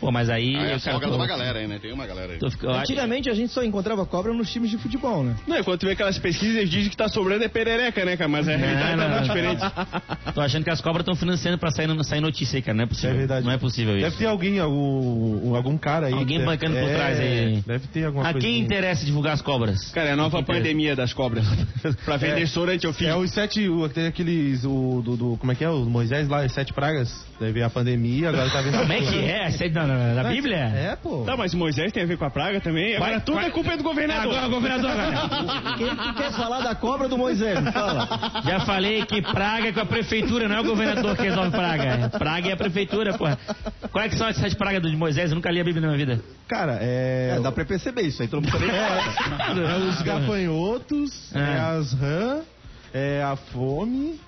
Speaker 3: Pô, mas aí...
Speaker 1: Ah,
Speaker 3: eu
Speaker 1: essa é a folga de uma galera aí, né? Tem uma galera aí.
Speaker 3: Tô fica-
Speaker 9: Antigamente a gente só encontrava cobra nos times de futebol, né?
Speaker 2: Não, enquanto vê aquelas pesquisas, eles dizem que tá sobrando é perereca, né, cara? Mas a realidade
Speaker 3: não,
Speaker 2: tá
Speaker 3: não.
Speaker 2: muito diferente.
Speaker 3: Tô achando que as cobras estão financiando pra sair, no- sair notícia aí, cara. Não é possível.
Speaker 4: É verdade.
Speaker 3: Não é possível isso.
Speaker 4: Deve ter alguém, algum, algum cara aí.
Speaker 3: Alguém
Speaker 4: deve-
Speaker 3: bancando por
Speaker 4: é,
Speaker 3: trás aí.
Speaker 4: Deve ter alguma
Speaker 3: A
Speaker 4: coisa.
Speaker 3: quem interessa divulgar as cobras?
Speaker 2: Cara, é a nova pandemia das cobras. Pra vender
Speaker 4: É.
Speaker 2: sorante eu fiz.
Speaker 4: É os sete, o, tem aqueles, o do, do- como é que é, o Moisés lá, as sete pragas. Daí veio a pandemia, agora tá vindo...
Speaker 3: Como é que é? Isso aí na, na, na Bíblia?
Speaker 4: É, pô.
Speaker 2: Tá, mas Moisés tem a ver com a praga também. Agora tudo é culpa do governador.
Speaker 3: Agora, governador, cara.
Speaker 9: Quem que quer falar da cobra do Moisés? Me Fala.
Speaker 3: Já falei que praga é com a prefeitura, não é o governador que resolve praga. Praga é a prefeitura, porra. Quais que são essas pragas do de Moisés? Eu nunca li a Bíblia na minha vida.
Speaker 4: Cara, é...
Speaker 9: É, dá pra perceber isso aí, todo mundo tá também.
Speaker 4: É os gafanhotos,
Speaker 3: É.
Speaker 4: é as rã, é a fome...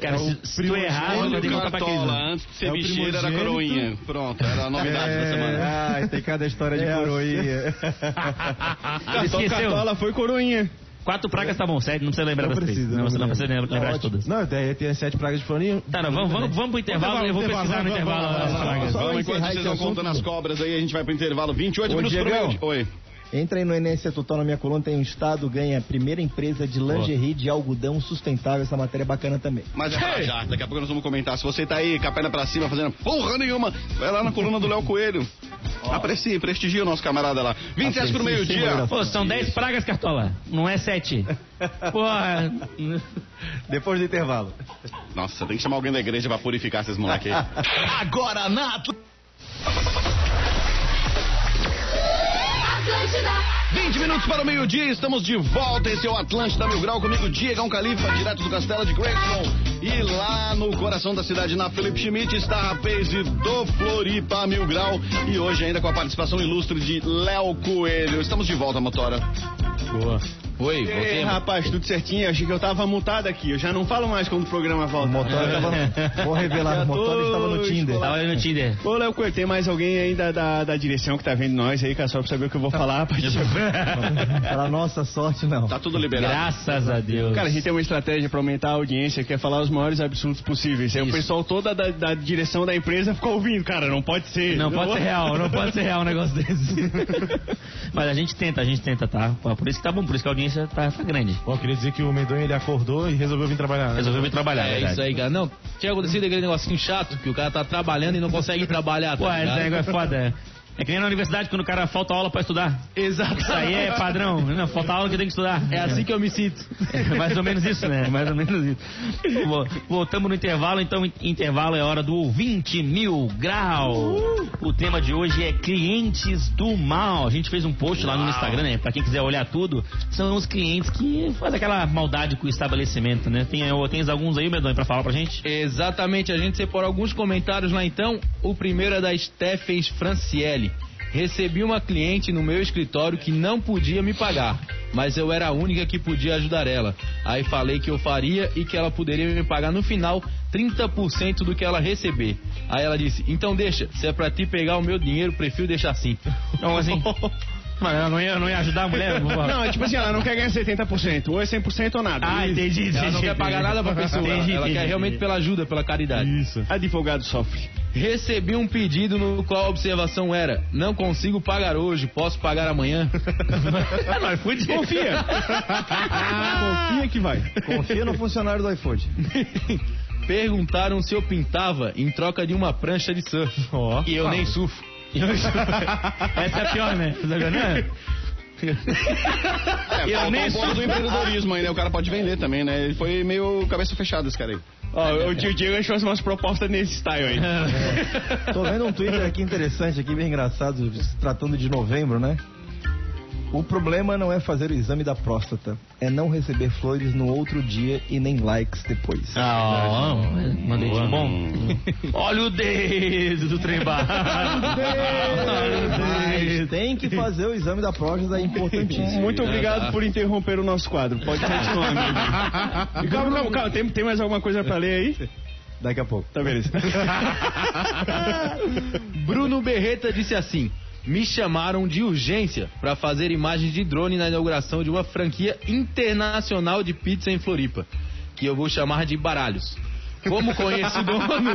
Speaker 3: Cara,
Speaker 4: é
Speaker 3: se,
Speaker 4: o
Speaker 3: se tu errar, Ah, eu vou ter que
Speaker 1: Olha o
Speaker 3: contar pra
Speaker 1: Cartola, né?
Speaker 3: Cris.
Speaker 1: antes de ser
Speaker 4: É o
Speaker 1: bicheira era
Speaker 4: primogênito.
Speaker 1: coroinha. Pronto, era a novidade da semana.
Speaker 9: Ai, Ah, tem cada história de
Speaker 4: É,
Speaker 9: coroinha.
Speaker 3: Ah, Esqueceu.
Speaker 2: Cartola foi coroinha.
Speaker 3: Quatro pragas tá bom, sério, não precisa lembrar
Speaker 4: Não
Speaker 3: das três.
Speaker 4: precisa,
Speaker 3: Não,
Speaker 4: não
Speaker 3: você não
Speaker 4: lembro.
Speaker 3: precisa lembrar lembrar de
Speaker 4: Ótimo.
Speaker 3: todas.
Speaker 4: Não, daí tem as sete pragas de florinha.
Speaker 3: Tá, não, vamos, vamos, vamos pro intervalo, eu vou pesquisar no intervalo as pragas.
Speaker 9: Só
Speaker 1: Vamos,
Speaker 9: encerrar
Speaker 1: enquanto vocês
Speaker 9: esse
Speaker 1: vão
Speaker 9: assunto.
Speaker 1: contando as cobras aí, a gente vai pro intervalo. 28
Speaker 9: Ô,
Speaker 1: minutos pro
Speaker 9: Diegão.
Speaker 1: meio. Oi.
Speaker 9: Entra aí no NSC Total na minha coluna, tem um estado, ganha a primeira empresa de lingerie de algodão sustentável. Essa matéria é bacana também.
Speaker 1: Mas é pra já, daqui a pouco nós vamos comentar. Se você tá aí com a perna pra cima fazendo porra nenhuma, vai lá na coluna do Léo Coelho. Aprecie, prestigia o nosso camarada lá. 27 pro meio-dia.
Speaker 3: Pô, são dez pragas, Cartola. Não é sete. Porra.
Speaker 9: Depois do intervalo.
Speaker 1: Nossa, tem que chamar alguém da igreja pra purificar esses moleques aí.
Speaker 9: Agora, Nato!
Speaker 1: 20 minutos para o meio-dia, estamos de volta. Esse é o Atlântida Mil Grau, comigo Diegão Califa, direto do Castelo de Grayson. E lá no coração da cidade, na Felipe Schmidt, está a Paze do Floripa Mil Grau. E hoje ainda com a participação ilustre de Léo Coelho. Estamos de volta, motora.
Speaker 3: Boa.
Speaker 1: Oi,
Speaker 2: Ei, rapaz, tudo certinho? Achei que eu tava mutado aqui. Eu já não falo mais quando o programa volta.
Speaker 9: Motora tava no... Vou revelar, o motora estava no Tinder.
Speaker 3: Tava ali no Tinder.
Speaker 2: Ô, Léo Coelho, tem mais alguém aí da, da, da direção que tá vendo nós aí, cara, só pra saber o que eu vou falar. pra gente-
Speaker 9: Para nossa sorte, não.
Speaker 1: Tá tudo liberado.
Speaker 3: Graças a Deus.
Speaker 2: Cara, a gente tem uma estratégia pra aumentar a audiência, que é falar os maiores absurdos possíveis. Aí o
Speaker 3: Isso.
Speaker 2: pessoal toda da, da direção da empresa ficou ouvindo. Cara, não pode ser.
Speaker 3: Não pode ser
Speaker 2: pode-
Speaker 3: real, não pode ser real um negócio desse. Mas a gente tenta, a gente tenta, tá? Pô, Por isso que tá bom, por isso que a audiência tá, tá grande.
Speaker 4: Bom, eu queria dizer que o Mendonha, ele acordou e resolveu vir trabalhar. Né?
Speaker 3: Resolveu vir trabalhar,
Speaker 10: É
Speaker 3: verdade.
Speaker 10: isso aí, cara. Não, tinha acontecido aquele negocinho chato que o cara tá trabalhando e não consegue trabalhar. Tá
Speaker 3: Pô, esse
Speaker 10: ligado?
Speaker 3: negócio é foda. é. É que nem na universidade, quando o cara falta aula pra estudar. Exato. Isso aí é padrão. Não, falta aula que tem que estudar. É assim que eu me sinto. mais ou menos isso, né? Mais ou menos isso. Bom, Voltamos no intervalo, então in- intervalo é hora do 20 mil grau. O tema de hoje é clientes do mal. A gente fez um post lá no Instagram, né? Pra quem quiser olhar tudo, são os clientes que fazem aquela maldade com o estabelecimento, né? Tem, tem alguns aí, Medonho, pra falar pra gente?
Speaker 10: Exatamente, a gente separou alguns comentários lá então. O primeiro é da Stephens Francielli. Recebi uma cliente no meu escritório que não podia me pagar, mas eu era a única que podia ajudar ela. Aí falei que eu faria e que ela poderia me pagar no final 30% do que ela receber. Aí ela disse: Então deixa, se é pra ti pegar o meu dinheiro, prefiro deixar assim.
Speaker 3: Então, assim. Mano, ela não ia, não ia ajudar a mulher?
Speaker 2: Não, é tipo assim, ela não quer ganhar 70%. Ou é 100% ou nada.
Speaker 3: Ah, entendi, entendi.
Speaker 10: Ela não quer pagar nada pra pessoa, ela,
Speaker 3: Entendi,
Speaker 10: ela
Speaker 3: entendi,
Speaker 10: quer realmente
Speaker 3: entendi.
Speaker 10: pela ajuda, pela caridade.
Speaker 2: Isso. Advogado sofre.
Speaker 10: Recebi um pedido no qual a observação era: não consigo pagar hoje, posso pagar amanhã.
Speaker 3: Ah, não, iFood.
Speaker 2: Confia. Confia que vai.
Speaker 9: Confia no funcionário do iFood.
Speaker 10: Perguntaram se eu pintava em troca de uma prancha de surf.
Speaker 2: Ó.
Speaker 10: E eu nem surfo.
Speaker 3: Essa é a pior, né? Essa é a pior, né?
Speaker 1: É, eu nem sou do empreendedorismo aí, né? O cara pode vender também, né? Ele foi meio cabeça fechada, esse cara aí.
Speaker 2: Ó, o tio Diego achou umas propostas nesse style aí.
Speaker 9: Tô vendo um Twitter aqui interessante, aqui bem engraçado, se tratando de novembro, né? O problema não é fazer o exame da próstata, é não receber flores no outro dia e nem likes depois.
Speaker 3: Ah, mandei de bom. Olha o dedo do trem
Speaker 9: Mas tem que fazer o exame da próstata, é importantíssimo.
Speaker 2: Muito obrigado por interromper o nosso quadro. Pode continuar, meu amigo. Calma, calma, calma. Tem, tem mais alguma coisa pra ler aí?
Speaker 9: Daqui a pouco.
Speaker 2: Tá, beleza.
Speaker 10: Bruno Berreta disse assim: Me chamaram de urgência para fazer imagens de drone na inauguração de uma franquia internacional de pizza em Floripa, que eu vou chamar de Baralhos. Como conheço o dono,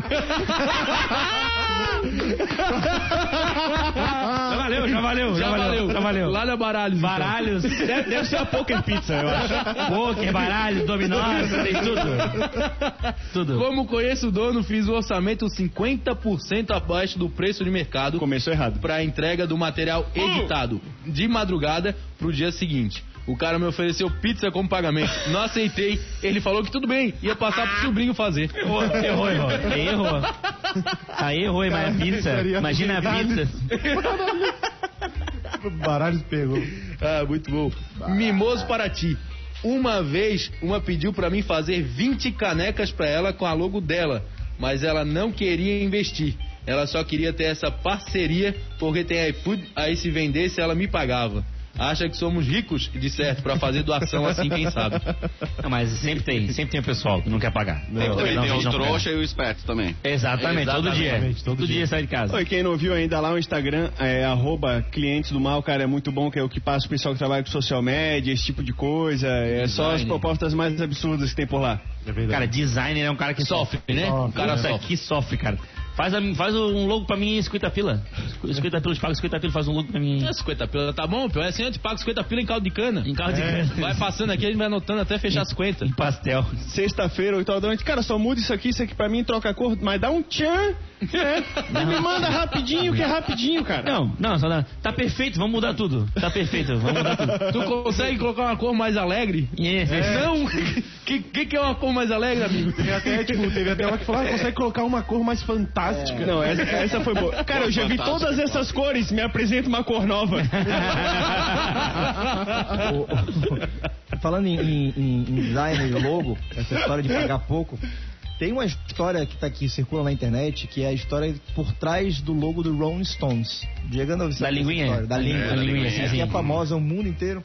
Speaker 3: Já valeu, já valeu,
Speaker 10: já valeu,
Speaker 3: Já valeu.
Speaker 10: Lá na Baralhos. então.
Speaker 3: Baralhos. Deve, deve ser a Poker Pizza, eu acho. Poker, baralhos, dominós, tem tudo. Tudo.
Speaker 10: Como conheço o dono, fiz o orçamento 50% abaixo do preço de mercado.
Speaker 2: Começou errado.
Speaker 10: para a entrega do material editado de madrugada pro dia seguinte. O cara me ofereceu pizza como pagamento. Não aceitei. Ele falou que tudo bem, ia passar pro sobrinho fazer.
Speaker 3: Errou, errou, errou. Aí errou. Aí errou, mas a pizza. Imagina a pizza.
Speaker 4: Baralhos pegou.
Speaker 2: É,
Speaker 10: Ah, muito bom. Mimoso para ti. Uma vez, uma pediu pra mim fazer 20 canecas pra ela com a logo dela, mas ela não queria investir. Ela só queria ter essa parceria porque tem iFood, aí se vendesse ela me pagava. Acha que somos ricos, de certo, pra fazer doação assim, quem sabe.
Speaker 3: Não, mas sempre tem, sempre tem o pessoal que não quer pagar.
Speaker 1: Tem,
Speaker 3: Não,
Speaker 1: tem
Speaker 3: não,
Speaker 1: o
Speaker 3: não quer.
Speaker 1: trouxa e o esperto também.
Speaker 3: Exatamente, todo dia.
Speaker 4: Exatamente, todo
Speaker 3: todo dia
Speaker 4: dia.
Speaker 3: sai de casa.
Speaker 2: Oi, quem não viu ainda lá o Instagram é arroba clientes do mal, cara, é muito bom, que é o que passa o pessoal que trabalha com social media, esse tipo de coisa. É só as
Speaker 10: Design.
Speaker 2: propostas mais absurdas que tem por lá.
Speaker 4: É verdade.
Speaker 3: Cara, designer é um cara que sofre, né?
Speaker 10: Sofre,
Speaker 3: um cara
Speaker 10: né?
Speaker 3: sofre.
Speaker 10: Sofre.
Speaker 3: que sofre, cara. Faz, a- faz um logo pra mim, 50 pila. 50 pila, eu te pago 50 pila, faz um logo pra mim.
Speaker 10: É, 50 pila tá bom, pior é assim, eu te pago 50 pila em caldo de cana.
Speaker 3: Em carro de criança.
Speaker 10: Vai passando aqui, a gente vai anotando até fechar 50.
Speaker 3: Em pastel.
Speaker 2: Sexta-feira, 8 horas da noite, cara, só muda isso aqui, isso aqui pra mim, troca a cor, mas dá um tchan, né? E me manda rapidinho, que é rapidinho, cara.
Speaker 3: Não, não, só dá. Tá perfeito, vamos mudar tudo. Tá perfeito, vamos mudar tudo. É.
Speaker 10: Tu consegue colocar uma cor mais alegre? É.
Speaker 3: Yeah.
Speaker 10: Não! Que, que que é uma cor mais alegre, amigo?
Speaker 4: Teve até, tipo, teve até uma que falou, ah, consegue colocar uma cor mais fantástica.
Speaker 2: Não, essa, essa foi boa. Cara, eu já vi
Speaker 1: Fantástico.
Speaker 2: todas essas cores, me apresenta uma cor nova.
Speaker 9: O- o- Falando em, em- em- em design e logo, essa história de pagar pouco, tem uma história que tá aqui, circula na internet, que é a história por trás do logo do Rolling Stones. Diego não
Speaker 3: Da linguinha?
Speaker 9: Da língua.
Speaker 3: Da linguinha, sim,
Speaker 9: Que é
Speaker 3: sim.
Speaker 9: famosa o mundo inteiro.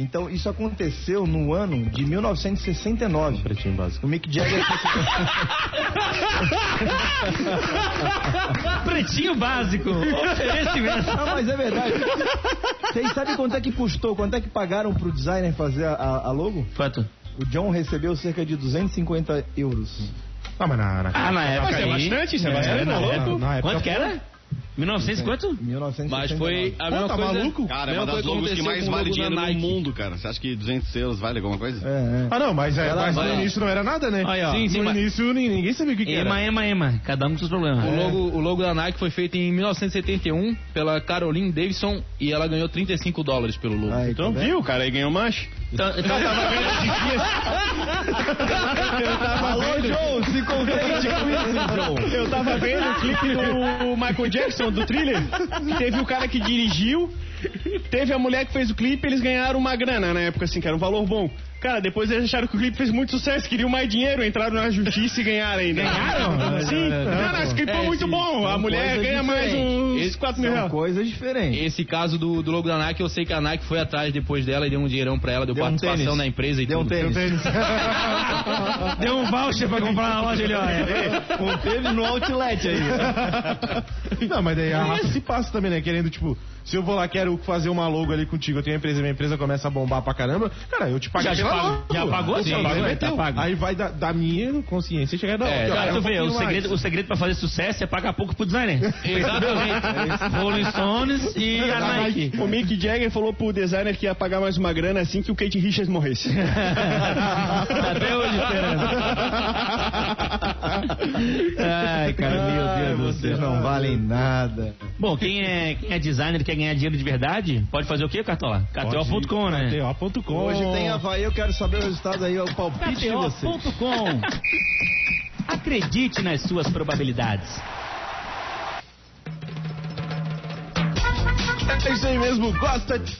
Speaker 9: Então, isso aconteceu no ano de 1969.
Speaker 4: Pretinho básico.
Speaker 9: O Mick Jagger assim,
Speaker 3: Tá Pretinho básico. Oferecimento.
Speaker 9: Ah, mas é verdade. Vocês sabem quanto é que custou, quanto é que pagaram pro designer fazer a, a- a logo?
Speaker 3: Quanto?
Speaker 9: O John recebeu cerca de 250 euros.
Speaker 4: Ah, mas na, na,
Speaker 3: Ah, na época.
Speaker 2: Mas é
Speaker 3: aí-
Speaker 2: bastante, isso é
Speaker 4: é,
Speaker 2: bastante,
Speaker 4: na,
Speaker 2: tá
Speaker 4: época-
Speaker 2: louco?
Speaker 4: na época.
Speaker 3: Quanto que era? 1900 quanto?
Speaker 9: 1969.
Speaker 10: Mas foi a
Speaker 4: Pô,
Speaker 10: mesma
Speaker 4: tá
Speaker 10: coisa.
Speaker 4: maluco?
Speaker 1: Cara, é
Speaker 10: mesma
Speaker 1: uma das
Speaker 10: coisa
Speaker 1: logos que
Speaker 10: aconteceu
Speaker 1: mais
Speaker 10: com o
Speaker 1: vale
Speaker 10: logo da
Speaker 1: dinheiro no
Speaker 10: Nike.
Speaker 1: mundo, cara. Você acha que 200 euros vale alguma coisa?
Speaker 9: É, é.
Speaker 4: Ah, não, mas, é, mas
Speaker 10: vai.
Speaker 4: no início não era nada, né?
Speaker 3: Aí, ó.
Speaker 10: Sim, sim,
Speaker 4: no
Speaker 10: mas-
Speaker 4: início nin- ninguém sabia o que, que era.
Speaker 3: Ema, ema, ema. Cada um com seus problemas.
Speaker 10: O logo, o logo da Nike foi feito em 1971 pela Caroline Davidson e ela ganhou 35 dólares pelo logo.
Speaker 9: Aí,
Speaker 2: Então
Speaker 9: tá vendo?
Speaker 2: viu, cara, aí ganhou mais.
Speaker 3: Então, então eu tava vendo esses dias.
Speaker 9: Alô, John, se contente com isso, John.
Speaker 2: Eu tava vendo o clipe do Michael Jackson, do thriller. Teve o cara que dirigiu, teve a mulher que fez o clipe, eles ganharam uma grana na época, assim, que era um valor bom. Cara, depois eles acharam que o clipe fez muito sucesso, queriam mais dinheiro, entraram na justiça e ganharam ainda. Ganharam? Sim. Cara, esse clipe foi muito bom. A mulher
Speaker 10: coisas
Speaker 2: ganha mais
Speaker 10: diferentes.
Speaker 2: uns 4 mil
Speaker 9: São
Speaker 2: reais.
Speaker 9: coisas diferentes.
Speaker 10: Esse caso do, do logo da Nike, eu sei que a Nike foi atrás depois dela e deu um dinheirão pra ela, deu,
Speaker 9: Deu um
Speaker 10: participação
Speaker 9: tênis.
Speaker 10: na empresa e
Speaker 9: Deu um
Speaker 10: tudo.
Speaker 9: tênis.
Speaker 3: Deu um voucher pra comprar na loja ali, ó.
Speaker 9: Um tênis no outlet aí.
Speaker 4: Não, mas daí a raça se passa também, né? Querendo, tipo, se eu vou lá, quero fazer uma logo ali contigo, eu tenho uma empresa, minha empresa começa a bombar pra caramba, cara, eu te paguei
Speaker 3: Já te
Speaker 4: pela
Speaker 3: pago.
Speaker 4: logo.
Speaker 3: Já pagou?
Speaker 4: O
Speaker 3: Sim,
Speaker 4: problema
Speaker 3: pagou,
Speaker 4: é
Speaker 3: é, tá
Speaker 4: teu.
Speaker 3: pago.
Speaker 4: Aí vai da, da minha consciência e chegar da
Speaker 10: É,
Speaker 4: outra. um
Speaker 3: Cara, tu vê, o
Speaker 4: pouquinho
Speaker 3: segredo, o segredo pra fazer sucesso é pagar pouco pro designer. Exatamente. Rolling Stones e a Nike.
Speaker 2: O Mick Jagger falou pro designer que ia pagar mais uma grana assim que o Kate Richards morresse.
Speaker 3: Até hoje esperando. Ai, cara, meu Deus do
Speaker 9: Vocês
Speaker 3: céu.
Speaker 9: não valem nada.
Speaker 3: Bom, quem é, quem é designer e quer ganhar dinheiro de verdade, pode fazer o quê, Cartola? KTO.com, né?
Speaker 4: KTO.com.
Speaker 9: Hoje tem Havaí, eu quero saber o resultado aí, o palpite de vocês.
Speaker 3: KTO.com. Acredite nas suas probabilidades.
Speaker 4: É isso aí mesmo, gosta de...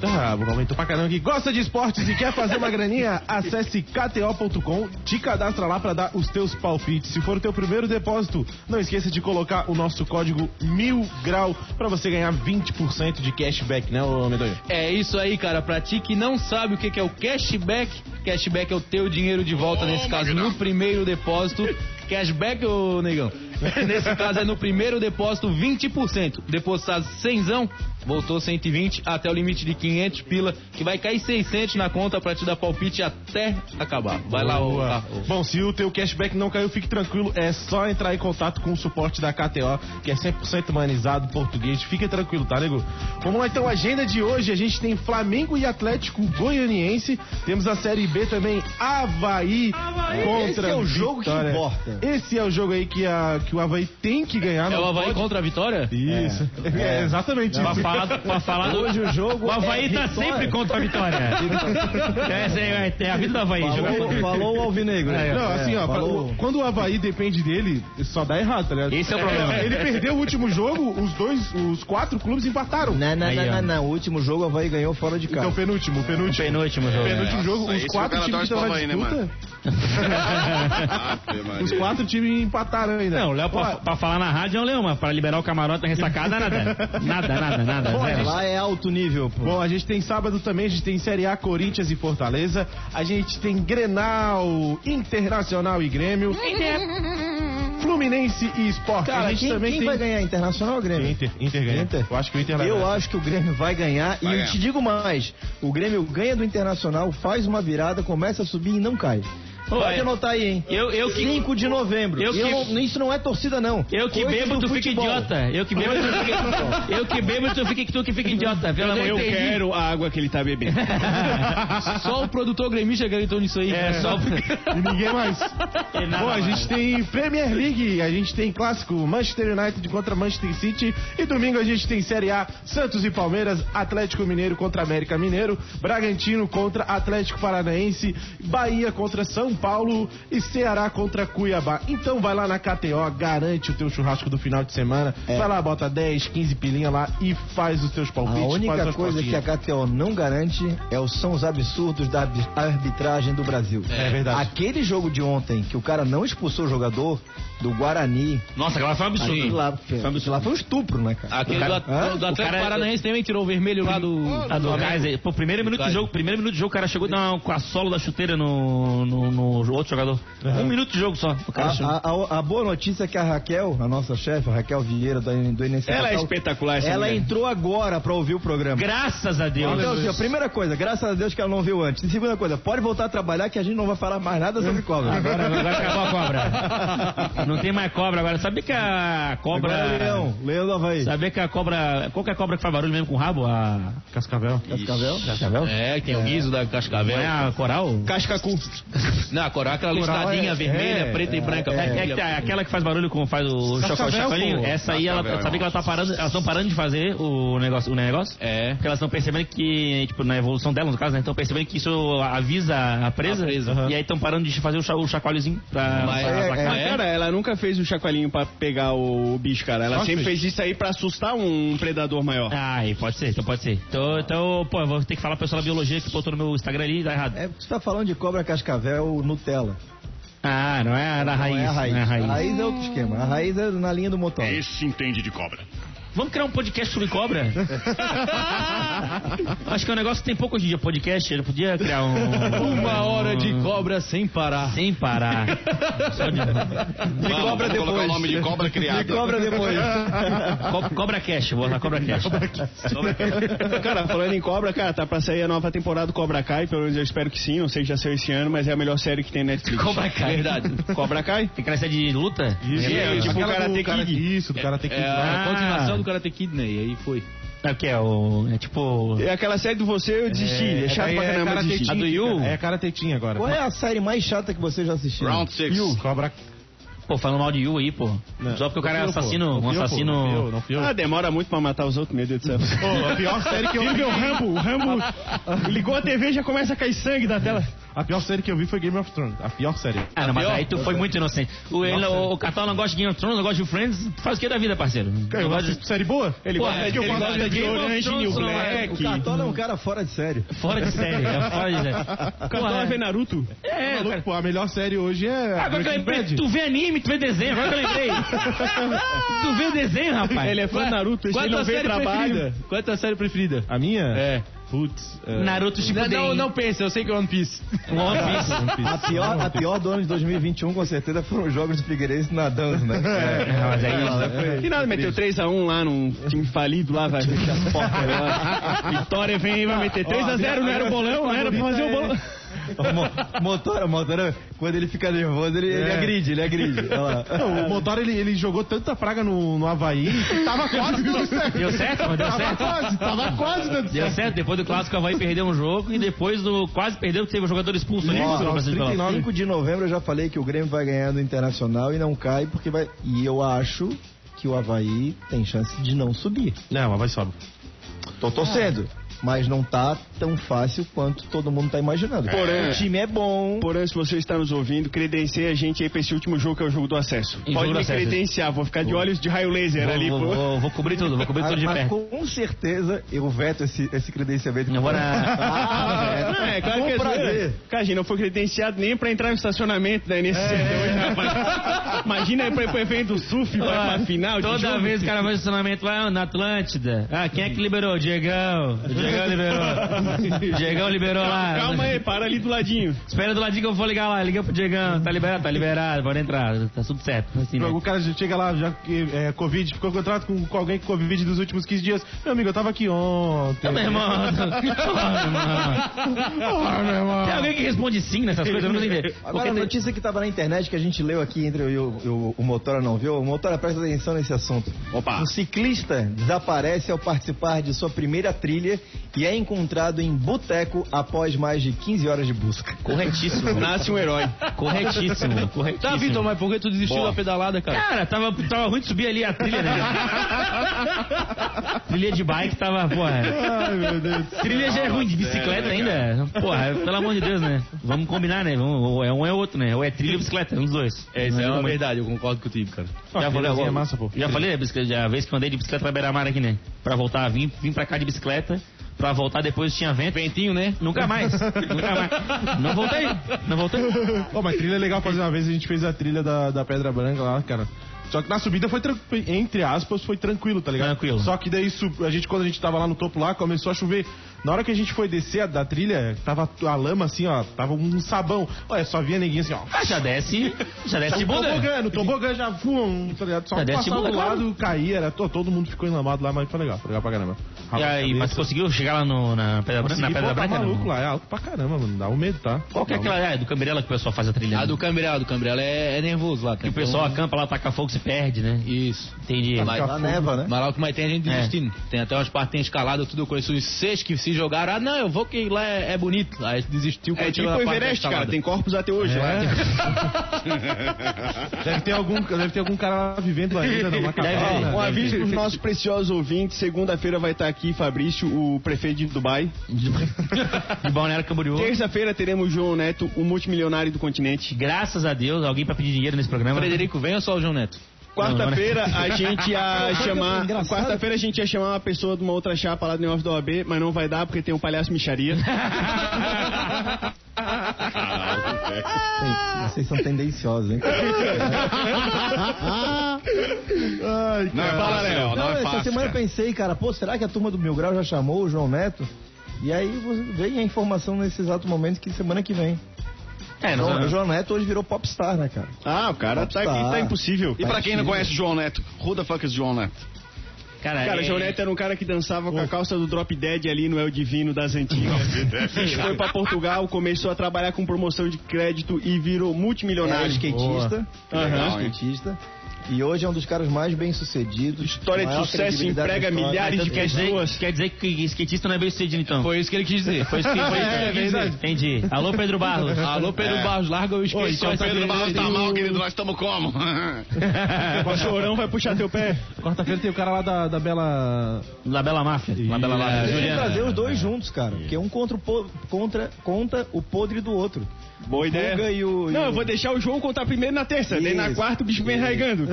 Speaker 4: Tá, aumentou pra caramba aqui. Gosta de esportes e quer fazer uma graninha? Acesse kto.com, te cadastra lá pra dar os teus palpites. Se for o teu primeiro depósito, não esqueça de colocar o nosso código mil grau pra você ganhar 20% de cashback, né, ô Medonho?
Speaker 10: É isso aí, cara. Pra ti que não sabe o que que é o cashback, cashback é o teu dinheiro de volta, nesse caso, no primeiro depósito. Cashback, ô negão? nesse caso é no primeiro depósito 20%. Depositado 100, voltou 120 até o limite de 500 pila, que vai cair 600 na conta pra te dar palpite até acabar. Vai lá, ô.
Speaker 3: Ah,
Speaker 4: Boa.
Speaker 10: tá,
Speaker 3: oh.
Speaker 10: ô.
Speaker 4: Bom, se o teu cashback não caiu, fique tranquilo. É só entrar em contato com o suporte da KTO, que é 100% humanizado, português. Fica tranquilo, tá, nego? Vamos lá, então. Agenda de hoje. A gente tem Flamengo e Atlético Goianiense. Temos a Série B também, Havaí, contra
Speaker 9: Esse é o jogo que
Speaker 4: Vitória.
Speaker 9: importa.
Speaker 4: Esse é o jogo aí que, a, que o Havaí tem que ganhar.
Speaker 10: É
Speaker 4: não
Speaker 10: o Havaí
Speaker 4: pode-
Speaker 10: contra a vitória?
Speaker 4: Isso. É, exatamente
Speaker 3: Pra
Speaker 4: isso.
Speaker 3: falar, pra falar do...
Speaker 9: Hoje o jogo
Speaker 3: O Havaí
Speaker 9: é
Speaker 3: tá
Speaker 9: vitória.
Speaker 3: sempre contra a vitória. Essa é, é a vida do Havaí. jogar
Speaker 9: Falou,
Speaker 3: contra-
Speaker 9: falou o Alvinegro.
Speaker 4: Não,
Speaker 9: É,
Speaker 4: assim, ó, pra-
Speaker 9: falou.
Speaker 4: o- quando o Havaí depende dele, só dá errado, tá ligado?
Speaker 3: Esse é o problema.
Speaker 4: Ele perdeu o último jogo, os dois, os quatro clubes empataram.
Speaker 9: Não, não,
Speaker 3: Aí,
Speaker 9: não,
Speaker 3: ó.
Speaker 9: não, não. O último jogo o Havaí ganhou fora de casa.
Speaker 4: Então, penúltimo, penúltimo.
Speaker 3: Penúltimo jogo.
Speaker 4: Penúltimo jogo,
Speaker 1: Nossa,
Speaker 4: os
Speaker 1: esse
Speaker 4: quatro
Speaker 1: o cara
Speaker 4: times que
Speaker 1: torce
Speaker 4: estavam na
Speaker 1: pro Havaí, né,
Speaker 4: disputa,
Speaker 1: Ave Maria.
Speaker 4: os quatro times empataram ainda.
Speaker 3: Não, o Léo, pra,
Speaker 4: Ó,
Speaker 3: pra falar na rádio é o Léo, mas pra liberar o camarote na ressacada, nada. Nada, nada, nada. zero.
Speaker 9: Lá é alto nível, pô.
Speaker 4: Bom, a gente tem sábado também, a gente tem Série A, Corinthians e Fortaleza. A gente tem Grenal, Internacional e Grêmio. Fluminense e Sport. a
Speaker 9: Cara,
Speaker 4: gente
Speaker 9: quem,
Speaker 4: também
Speaker 9: quem
Speaker 4: tem...
Speaker 9: vai ganhar? Internacional ou Grêmio?
Speaker 4: Inter, Inter ganha.
Speaker 9: Inter?
Speaker 4: Eu acho que o Inter vai
Speaker 9: Eu
Speaker 4: ganhar.
Speaker 9: acho que o Grêmio vai ganhar. e
Speaker 1: Vai ganhar.
Speaker 9: eu te digo mais: o Grêmio ganha do Internacional, faz uma virada, começa a subir e não cai.
Speaker 3: Ô,
Speaker 9: Pode
Speaker 3: é.
Speaker 9: anotar aí, hein?
Speaker 3: Eu, eu que...
Speaker 9: 5 de novembro.
Speaker 3: Eu
Speaker 9: Eu
Speaker 3: que-
Speaker 9: não- isso não é torcida, não.
Speaker 3: Eu que
Speaker 9: Coisa
Speaker 3: bebo,
Speaker 9: do
Speaker 3: tu fica
Speaker 9: futebol.
Speaker 3: idiota. Eu que bebo, tu fica... Eu que bebo, tu fica, tu que fica idiota. Pelo amor de
Speaker 2: Eu
Speaker 3: Deus.
Speaker 2: quero a água que ele tá bebendo.
Speaker 10: Só o produtor gremista gritou nisso aí.
Speaker 3: É, só...
Speaker 4: E ninguém mais.
Speaker 3: E nada
Speaker 4: Bom, a
Speaker 3: mais.
Speaker 4: gente tem Premier League, a gente tem clássico Manchester United contra Manchester City. E domingo a gente tem Série A, Santos e Palmeiras, Atlético Mineiro contra América Mineiro, Bragantino contra Atlético Paranaense, Bahia contra São Paulo e Ceará contra Cuiabá. Então vai lá na KTO, garante o teu churrasco do final de semana.
Speaker 9: É.
Speaker 4: Vai lá, bota 10, 15 pilinha lá e faz os teus
Speaker 9: A
Speaker 4: palpites. faz
Speaker 9: única
Speaker 4: as
Speaker 9: coisa que a
Speaker 4: continhas.
Speaker 9: KTO não garante é o- são os absurdos da arbi- arbitragem do Brasil.
Speaker 4: É verdade.
Speaker 9: Aquele jogo de ontem que o cara não expulsou o jogador do Guarani,
Speaker 3: Nossa, aquela foi um absurdo.
Speaker 9: aquilo lá, aquilo lá foi um estupro, né, cara?
Speaker 10: Aquele do, At-
Speaker 9: Hã? é-
Speaker 10: do
Speaker 3: O
Speaker 10: Atlético
Speaker 3: cara-
Speaker 10: Paranaense também tirou o vermelho lá do.
Speaker 3: A do Kaiser. Pô, primeiro minuto
Speaker 9: é?
Speaker 3: do jogo, primeiro minuto do jogo, o cara chegou a dar uma, com a solo da chuteira no, no, no outro jogador. Um minuto de jogo só. O cara chegou.
Speaker 9: A, a- a boa notícia é que a Raquel, a nossa chefe, a Raquel Vieira do, do INSS,
Speaker 2: Ela é
Speaker 9: Natal,
Speaker 2: espetacular essa
Speaker 9: ela
Speaker 2: mulher.
Speaker 9: entrou agora pra ouvir o programa.
Speaker 3: Graças a Deus.
Speaker 9: Então, assim, a primeira coisa, graças a Deus que ela não viu antes. E segunda coisa, pode voltar a trabalhar que a gente não vai falar mais nada sobre
Speaker 2: Uhum.
Speaker 9: cobra.
Speaker 3: Agora, agora acabou a cobra. Não tem mais cobra agora. Sabia que a cobra.
Speaker 9: Agora é leão, leão do Havaí.
Speaker 3: Sabia que a cobra. Qual que é a cobra que faz barulho mesmo com o rabo? A.
Speaker 4: Cascavel.
Speaker 9: Cascavel?
Speaker 3: Cascavel?
Speaker 10: É, tem o guiso da Cascavel.
Speaker 3: Não é a coral?
Speaker 9: Cascacu.
Speaker 10: Não, a coral é aquela listradinha
Speaker 4: é-
Speaker 10: vermelha,
Speaker 4: é,
Speaker 10: preta e branca.
Speaker 3: É, é que tá- aquela que faz barulho com faz o chocolate
Speaker 4: Cascavel,
Speaker 3: chacolinho.
Speaker 4: pô.
Speaker 3: Essa aí, ela,
Speaker 1: Cascavel,
Speaker 3: sabia que ela tá parando, elas estão parando de fazer o negócio, o negócio?
Speaker 10: É.
Speaker 3: Porque elas estão percebendo que, tipo, na evolução delas, no caso, né? Estão percebendo que isso avisa a presa.
Speaker 10: A presa, aham.
Speaker 3: E aí estão parando de fazer o, cha- o chacoalhozinho pra.
Speaker 10: Mas-
Speaker 3: pra- pra-
Speaker 10: é,
Speaker 2: Mas, cara, ela nunca fez o chacoalhinho pra pegar o bicho, cara. Ela
Speaker 4: Nossa,
Speaker 2: sempre
Speaker 4: bicho.
Speaker 2: fez isso aí pra assustar um predador maior.
Speaker 10: É.
Speaker 3: Ai, pode ser, então pode ser. Então, então pô, eu vou ter que falar pro pessoal da biologia que botou no meu Instagram ali, dá errado.
Speaker 9: É, você tá falando de cobra cascavel Nutella.
Speaker 3: Ah, não é a da raiz.
Speaker 9: não é a raiz.
Speaker 3: não é a
Speaker 9: A raiz é outro esquema. A raiz é na linha do motor.
Speaker 1: Esse entende de cobra.
Speaker 3: Vamos criar um podcast sobre cobra? Acho que é um negócio que tem pouco hoje em dia, podcast, ele podia criar um...
Speaker 10: Uma hora de cobra sem parar.
Speaker 3: Sem parar. Só de...
Speaker 1: De cobra depois. colocar o nome de cobra criada.
Speaker 9: E cobra depois.
Speaker 2: Ah.
Speaker 3: Co- cobra Cash, vou botar Cobra Cash. Cobra
Speaker 2: Cara, falando em Cobra, cara, tá pra sair a nova temporada do Cobra Kai, pelo menos eu espero que sim, não sei se já saiu esse ano, mas é a melhor série que tem na Netflix.
Speaker 3: Cobra Kai.
Speaker 10: Verdade.
Speaker 2: Cobra Kai?
Speaker 3: Tem que ser de luta?
Speaker 4: Isso,
Speaker 2: É, tipo
Speaker 4: aquela
Speaker 2: Karate
Speaker 4: do cara-
Speaker 2: Kid.
Speaker 4: Isso, do Karate Kid.
Speaker 10: É
Speaker 4: lá.
Speaker 10: a
Speaker 3: Ah.
Speaker 10: continuação do Karate Kid, né? E aí foi.
Speaker 3: É o que é o. É tipo.
Speaker 2: É aquela série do Você Eu Desisti. É, chato pra caramba
Speaker 4: Karate
Speaker 2: desistir.
Speaker 4: Kid,
Speaker 3: A do Yu?
Speaker 4: cara. É Karatetinha agora.
Speaker 9: Qual é a série mais chata que você já assistiu?
Speaker 1: Round 6.
Speaker 4: Cobra.
Speaker 3: Pô, falando mal de Yu aí, pô. Só porque o cara é
Speaker 4: Não fui eu,
Speaker 3: assassino.
Speaker 4: pô. Não
Speaker 3: um
Speaker 4: fui eu, pô.
Speaker 3: assassino.
Speaker 4: Não fui eu, não fui eu.
Speaker 2: Ah, demora muito pra matar os outros, meu Deus do céu.
Speaker 4: Pô, Ah, a pior série que eu vi.
Speaker 2: Incrível, o Rambo. O Rambo ligou a TV e já começa a cair sangue da tela.
Speaker 4: A pior série que eu vi foi Game of Thrones. A pior série.
Speaker 2: Tá
Speaker 3: Ah, não, mas aí tu foi muito inocente. O, ele, o, o Catal não gosta de Game of Thrones, não gosta de Friends. Tu Faz o que da vida, parceiro?
Speaker 4: Eu
Speaker 3: gosto
Speaker 2: assim?
Speaker 4: assisto série boa?
Speaker 2: Ele
Speaker 3: Pô,
Speaker 2: gosta de
Speaker 3: ele
Speaker 2: eu gosto
Speaker 3: gosta
Speaker 2: de
Speaker 3: de Game of
Speaker 2: Orange New
Speaker 3: Thrones, não é?
Speaker 2: Black.
Speaker 9: O Cartola é um cara fora de série.
Speaker 3: Fora de série, é fora de série.
Speaker 2: O Cartola vê Naruto.
Speaker 3: É,
Speaker 2: tá
Speaker 4: Maluco,
Speaker 3: cara.
Speaker 4: pô, a melhor série hoje é.
Speaker 3: Agora que eu
Speaker 4: Breaking
Speaker 3: lembrei,
Speaker 4: Bad.
Speaker 3: tu vê anime, tu vê desenho, agora que eu lembrei. tu vê desenho, rapaz.
Speaker 2: Ele é fã do Naruto, ele não vê trabalho.
Speaker 10: Qual é a tua série preferida?
Speaker 4: A minha?
Speaker 10: É.
Speaker 4: Putz. é,
Speaker 3: Naruto
Speaker 10: Não,
Speaker 3: Shippuden.
Speaker 10: não, não pensa, eu sei que é One Piece.
Speaker 3: One Piece.
Speaker 4: One Piece.
Speaker 9: A pior, a pior do ano de 2021, com certeza, foram os jogos do Figueirense nadando, né?
Speaker 4: É.
Speaker 3: É, Não, né? mas aí-
Speaker 2: E nada, meteu 3x1 lá num time falido lá, vai fechar as portas agora. Vitória vem aí, vai meter 3x0, não era o bolão, não era pra fazer o bolão.
Speaker 9: O mo- Motora, motora, quando ele fica nervoso, ele, ele agride, ele agride. Olha lá.
Speaker 4: Não, o Motora ele, ele jogou tanta praga no, no Havaí que tava quase dando certo.
Speaker 3: Deu certo, mas deu
Speaker 4: Tava
Speaker 3: certo.
Speaker 4: quase, tava quase
Speaker 2: né?
Speaker 4: dando
Speaker 3: Deu
Speaker 4: certo.
Speaker 3: certo, depois do clássico o Havaí perdeu um jogo e depois do quase perdeu, teve um jogador expulso ali.
Speaker 9: Ó,
Speaker 3: Isso, pra vocês falarem.
Speaker 9: 5 de novembro eu já falei que o Grêmio vai ganhar do Internacional e não cai porque vai. E eu acho que o Havaí tem chance de não subir.
Speaker 4: Não, mas vai sobe.
Speaker 9: Tô torcendo. Mas não tá tão fácil quanto todo mundo tá imaginando.
Speaker 2: Porém-
Speaker 9: o time é bom.
Speaker 2: Porém, se você está nos ouvindo, credencia a gente aí pra esse último jogo que é o jogo do acesso.
Speaker 3: E jogo
Speaker 2: Pode
Speaker 3: do
Speaker 2: me
Speaker 3: acesso.
Speaker 2: credenciar, vou ficar de olhos de raio laser ali,
Speaker 3: Vou, vou,
Speaker 2: pô.
Speaker 3: vou- vou cobrir tudo, vou cobrir
Speaker 9: Ah,
Speaker 3: tudo de
Speaker 9: mas
Speaker 3: perto.
Speaker 9: com certeza eu veto esse, esse credenciamento.
Speaker 3: Agora,
Speaker 2: Ah, é, claro
Speaker 9: com
Speaker 2: que é
Speaker 9: prazer.
Speaker 2: zoeira. Cara, a gente não foi credenciado nem pra entrar no estacionamento né, da
Speaker 10: É.
Speaker 2: NSC até hoje, rapaz. Imagina aí pra ir pro evento do surf,
Speaker 10: Ah,
Speaker 2: vai pra final. de
Speaker 3: toda
Speaker 2: jogo.
Speaker 3: vez que o cara vai no estacionamento lá na Atlântida. Ah, quem é que liberou? Diegão. Diegão liberou. Diegão liberou lá.
Speaker 10: né?
Speaker 2: Calma aí, para ali do ladinho.
Speaker 3: Espera do ladinho que eu vou ligar lá. Liga pro Diegão. Tá liberado? Tá liberado. Pode entrar. Tá tudo certo. Assim, né?
Speaker 4: O cara já chega lá, já que é, Covid, ficou em contrato com, com alguém com Covid dos últimos 15 dias. Meu amigo, eu tava aqui ontem.
Speaker 3: Ah, meu irmão.
Speaker 4: Ah, meu irmão.
Speaker 3: Tem alguém que responde sim nessas coisas? Eu não entendi.
Speaker 9: Agora, a notícia que estava na internet que a gente leu aqui entre o, o, o Motora não viu, o Motora presta atenção nesse assunto.
Speaker 2: Opa.
Speaker 9: Um ciclista desaparece ao participar de sua primeira trilha e é encontrado em boteco após mais de 15 horas de busca.
Speaker 3: Corretíssimo.
Speaker 2: Nasce um herói.
Speaker 3: Corretíssimo. Corretíssimo.
Speaker 10: Tá, Vitor, mas por que tu desistiu
Speaker 2: Boa.
Speaker 10: da pedalada, cara?
Speaker 3: Cara, tava, tava ruim de subir ali a trilha, né? trilha de bike tava, porra.
Speaker 4: Ai, meu Deus.
Speaker 3: Trilha já é ruim de bicicleta ainda? Porra, pelo amor de Deus, né? Vamos combinar, né? Vamos, ou é um é outro, né? Ou é trilha ou bicicleta, um dos dois.
Speaker 10: É, isso é uma verdade, eu concordo contigo, cara.
Speaker 3: Já falei
Speaker 4: Trilhazinha
Speaker 3: agora.
Speaker 4: é massa, pô.
Speaker 3: Já falei, a bicicleta- já a vez que eu andei de bicicleta pra Beira-Mar aqui, né? Pra voltar, vim, vim pra cá de bicicleta. Pra voltar depois tinha vento.
Speaker 10: Ventinho, né?
Speaker 3: Nunca mais. Nunca mais. Não voltei. Não voltei.
Speaker 4: Ô, mas trilha é legal fazer uma vez, a gente fez a trilha da, da Pedra Branca lá, cara. Só que na subida foi, tran- entre aspas, foi tranquilo, tá ligado?
Speaker 3: Tranquilo.
Speaker 4: Só que daí, su- a gente, quando a gente tava lá no topo lá, começou a chover. Na hora que a gente foi descer a, da trilha, tava a lama assim, ó, tava um sabão. Olha, só via neguinho assim, ó.
Speaker 3: Ah, já desce. Já desce Tá de né? bunda.
Speaker 2: Tá
Speaker 4: Tobogã, no tobogã já voam, tá ligado? Só
Speaker 3: Ah, deve ser
Speaker 4: passava do
Speaker 3: bom, claro.
Speaker 4: lado, caía, era, to- todo mundo ficou enlamado lá, mas foi legal, foi legal pra caramba.
Speaker 3: E
Speaker 2: tá
Speaker 3: aí, mas conseguiu chegar lá no, na Pedra Branca? Na
Speaker 4: Consegui,
Speaker 3: Pedra
Speaker 4: pô, tá
Speaker 3: Branca? não?
Speaker 4: maluco lá, é alto pra caramba, mano, dá um medo, tá?
Speaker 3: Qual que é
Speaker 4: Dá um
Speaker 3: aquela ah, é do Cambrela que o pessoal faz a trilha?
Speaker 10: A
Speaker 3: né?
Speaker 10: do Cambrela, do Cambrela é, é nervoso lá, cara.
Speaker 3: Que o pessoal acampa lá, taca fogo, se perde, né?
Speaker 10: Isso.
Speaker 3: Entendi.
Speaker 10: Mas-
Speaker 4: um
Speaker 9: Lá neva, né?
Speaker 10: Mas lá o que mais tem é gente
Speaker 3: É.
Speaker 10: desistindo. Tem até umas partinhas escaladas, tudo. Eu conheço uns seis que se jogaram. Ah, não, eu vou que lá é, é bonito. Aí desistiu.
Speaker 2: É tipo
Speaker 10: continuou
Speaker 2: o
Speaker 10: na parte É. da
Speaker 2: Everest, cara.
Speaker 10: escalada.
Speaker 2: Tem corpos até hoje lá.
Speaker 4: Deve ter algum, deve ter algum cara lá vivendo ainda numa
Speaker 3: Deve
Speaker 2: Ó,
Speaker 4: cabana.
Speaker 2: um aviso para os nossos preciosos ouvintes. Segunda-feira vai estar aqui Fabrício, o prefeito de Dubai.
Speaker 3: De Balneário Camboriú.
Speaker 2: Terça-feira teremos João Neto, o multimilionário do continente.
Speaker 3: Graças a Deus, alguém pra pedir dinheiro nesse programa.
Speaker 10: Frederico, vem ou só o João Neto?
Speaker 2: Quarta-feira a gente ia chamar.
Speaker 9: Engraçado.
Speaker 2: Quarta-feira a gente ia chamar uma pessoa de uma outra chapa lá do negócio da OAB, mas não vai dar porque tem um palhaço micharia.
Speaker 1: Ah,
Speaker 9: Gente, Vocês são tendenciosos, hein?
Speaker 2: Tá
Speaker 4: Ai,
Speaker 1: Não é
Speaker 2: Fala,
Speaker 1: fácil,
Speaker 2: Léo.
Speaker 1: não,
Speaker 9: Não,
Speaker 1: é
Speaker 9: essa
Speaker 1: fácil.
Speaker 9: semana eu
Speaker 1: cara.
Speaker 9: pensei, cara, pô, será que a turma do Mil Grau já chamou o João Neto? E aí vem a informação nesse exato momento que semana que vem.
Speaker 3: É,
Speaker 9: João-
Speaker 3: não,
Speaker 9: o João Neto hoje virou popstar, né, cara?
Speaker 2: Ah, o cara tá,
Speaker 9: Tá.
Speaker 2: tá impossível.
Speaker 1: E pra quem não conhece o João Neto, who the fuck is João Neto?
Speaker 3: cara,
Speaker 2: Cara,
Speaker 3: é-
Speaker 2: o João Neto era um cara que dançava com a calça do Drop Dead ali no El Divino das Antigas. Foi pra Portugal, começou a trabalhar com promoção Tá de crédito e virou
Speaker 9: Era
Speaker 2: multimilionário.
Speaker 9: é skatista.
Speaker 2: Aham.
Speaker 9: skatista. E hoje é um dos caras mais bem sucedidos.
Speaker 2: História de sucesso emprega milhares de
Speaker 3: Quer dizer,
Speaker 2: pessoas.
Speaker 3: quer dizer que skatista não é bem sucedido, então.
Speaker 10: Foi isso que ele quis dizer. É,
Speaker 3: Foi isso que foi. isso que- Entendi. Alô, Pedro Barros. É.
Speaker 10: Alô, Pedro Barros, larga o skate.
Speaker 3: então, Pedro
Speaker 1: Barros tá mal, querido, nós estamos como?
Speaker 2: O chorão vai puxar teu pé.
Speaker 4: Quarta-feira tem o cara lá da, da Bela.
Speaker 3: La Bela Máfia. La Bela Máfia.
Speaker 9: Tem que
Speaker 3: Juliana.
Speaker 9: trazer os dois juntos, cara. Porque um contra o po- contra, conta o podre do outro.
Speaker 2: Boa
Speaker 9: Guga
Speaker 2: ideia.
Speaker 9: e o- e
Speaker 2: Não,
Speaker 9: o-
Speaker 2: eu vou deixar o jogo contar primeiro na terça. Daí na
Speaker 9: Isso.
Speaker 2: quarta o bicho vem raigando.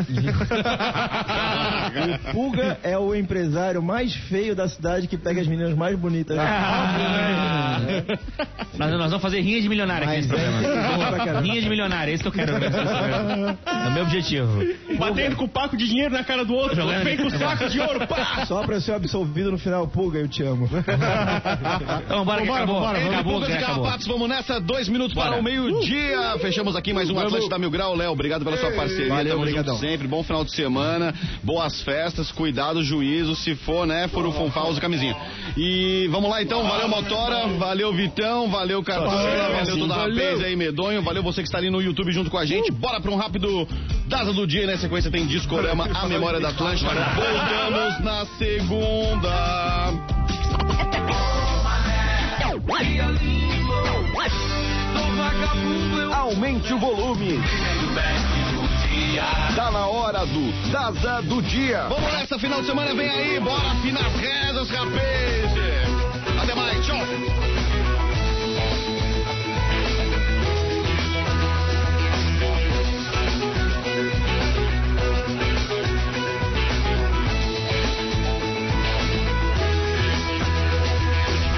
Speaker 9: O Puga é o empresário mais feio da cidade que pega as meninas mais bonitas.
Speaker 3: Ah,
Speaker 10: né?
Speaker 3: nós, nós vamos fazer rinha de milionário aqui
Speaker 9: Mas
Speaker 3: nesse
Speaker 9: é bom pra
Speaker 3: programa.
Speaker 9: caramba.
Speaker 3: Rinha de milionário, é isso que eu quero. ver nesse programa. É o meu objetivo.
Speaker 2: Batendo com o paco de dinheiro na cara do outro.
Speaker 3: Jogando.
Speaker 2: Vem com o saco de ouro. Pá!
Speaker 9: Só pra eu ser absolvido no final, Puga, eu te amo.
Speaker 3: Então, bora que acabou. acabou,
Speaker 1: Pulgas
Speaker 3: que
Speaker 1: e
Speaker 3: acabou.
Speaker 1: Carrapatos, vamos nessa. Dois minutos para o
Speaker 3: Bora.
Speaker 1: meio-dia. Fechamos aqui mais um Atlântida Mil Grau. Léo, obrigado pela sua parceria.
Speaker 9: valeu,
Speaker 1: Tamo
Speaker 9: obrigadão.
Speaker 1: junto sempre. Bom final de semana. Boas festas. Cuidado, juízo. Se for, né, for o Fonfá, usa camisinha. E vamos lá, então. Valeu, Motora. Valeu, Vitão. Valeu, Cartola. Valeu toda a rapaz aí, Medonho. Valeu você que está ali no YouTube junto com a gente. Bora para um rápido Daza do Dia. E Na sequência tem Discorama, A Memória da Atlântida. Voltamos na segunda. Aumente o volume. Tá na hora do Daza do Dia. Vamos nessa final de semana, vem aí, bora afinar as rezas, rapaz. Até mais, tchau.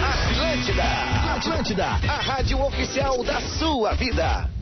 Speaker 11: Atlântida, Atlântida, a rádio oficial da sua vida.